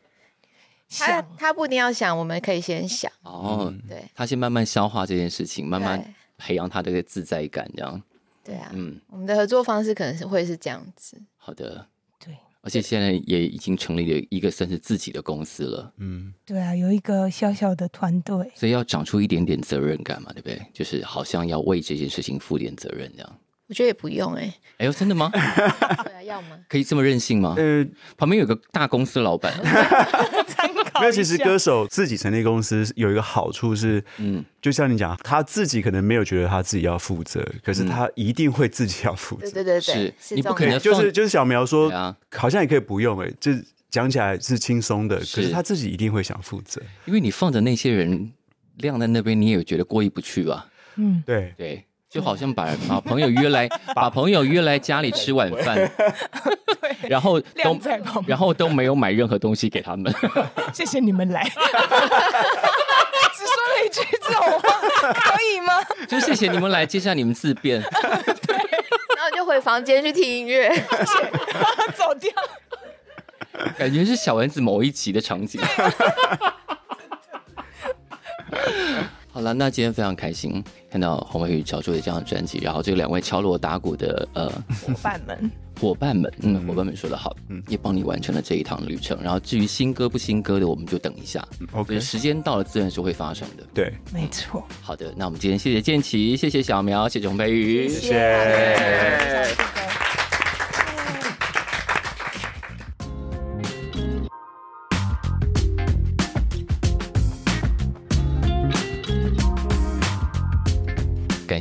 Speaker 5: 他
Speaker 4: 想
Speaker 5: 他不一定要想，我们可以先想。
Speaker 2: 哦，
Speaker 5: 对
Speaker 2: 他先慢慢消化这件事情，慢慢
Speaker 5: 对
Speaker 2: 培养他的这个自在感，这样。
Speaker 5: 对啊，
Speaker 2: 嗯，
Speaker 5: 我们的合作方式可能是会是这样子。
Speaker 2: 好的。
Speaker 4: 对
Speaker 2: 而且现在也已经成立了一个算是自己的公司了，
Speaker 3: 嗯，
Speaker 4: 对啊，有一个小小的团队，
Speaker 2: 所以要长出一点点责任感嘛，对不对？就是好像要为这件事情负点责任这样。
Speaker 5: 我觉得也不用 哎、
Speaker 2: 哎呦，真的吗？
Speaker 5: 对啊，要吗？
Speaker 2: 可以这么任性吗？
Speaker 3: 呃，
Speaker 2: 旁边有个大公司老板，
Speaker 4: 参考
Speaker 3: 没有，
Speaker 4: 一下。
Speaker 3: 其实歌手自己成立公司有一个好处是，
Speaker 2: 嗯
Speaker 3: 嗯，就像你讲，他自己可能没有觉得他自己要负责，可是他一定会自己要负责。
Speaker 5: 对对对
Speaker 2: 是
Speaker 5: 对，
Speaker 2: 嗯你
Speaker 5: 这
Speaker 2: 不
Speaker 5: 种
Speaker 2: 可能
Speaker 5: 感
Speaker 2: 对
Speaker 5: 觉。
Speaker 3: 就是就是小苗说，
Speaker 2: 对啊
Speaker 3: 好像也可以不用哎、欸，就是讲起来是轻松的，可
Speaker 2: 是
Speaker 3: 是他自己一定会想负责。
Speaker 2: 因为你放着那些人晾在那边，你也觉得过意不去吧？
Speaker 4: 嗯，
Speaker 3: 对，
Speaker 2: 对，就好像把把朋友约 来，把朋友约来家里吃晚饭，
Speaker 4: 对，
Speaker 2: 然后
Speaker 4: 晾
Speaker 2: 都
Speaker 4: 在旁边
Speaker 2: 然后都没有买任何东西给他 们。
Speaker 4: 谢谢你们来。 只说了一句这种话，可以吗？
Speaker 2: 就谢谢你们来，接下来你们自便。
Speaker 5: 然后就回房间去听音乐。
Speaker 4: 走掉。
Speaker 2: 感觉是小丸子某一集的场 景。好了，那今天非常开心看到黄伟宇找出的这张专辑，然后这两位敲锣打鼓的呃
Speaker 4: 伙伴们，
Speaker 2: 伙伴们，嗯，伙伴们说的好，嗯，也帮你完成了这一趟旅程。然后至于新歌不新歌的，我们就等一下，
Speaker 3: OK
Speaker 2: 就是时间到了自然是会发生的。
Speaker 3: 对，
Speaker 4: 没错。
Speaker 2: 好的，那我们今天谢谢建奇，谢谢小苗，谢谢洪培宇，
Speaker 5: 谢
Speaker 3: 谢谢。
Speaker 2: 感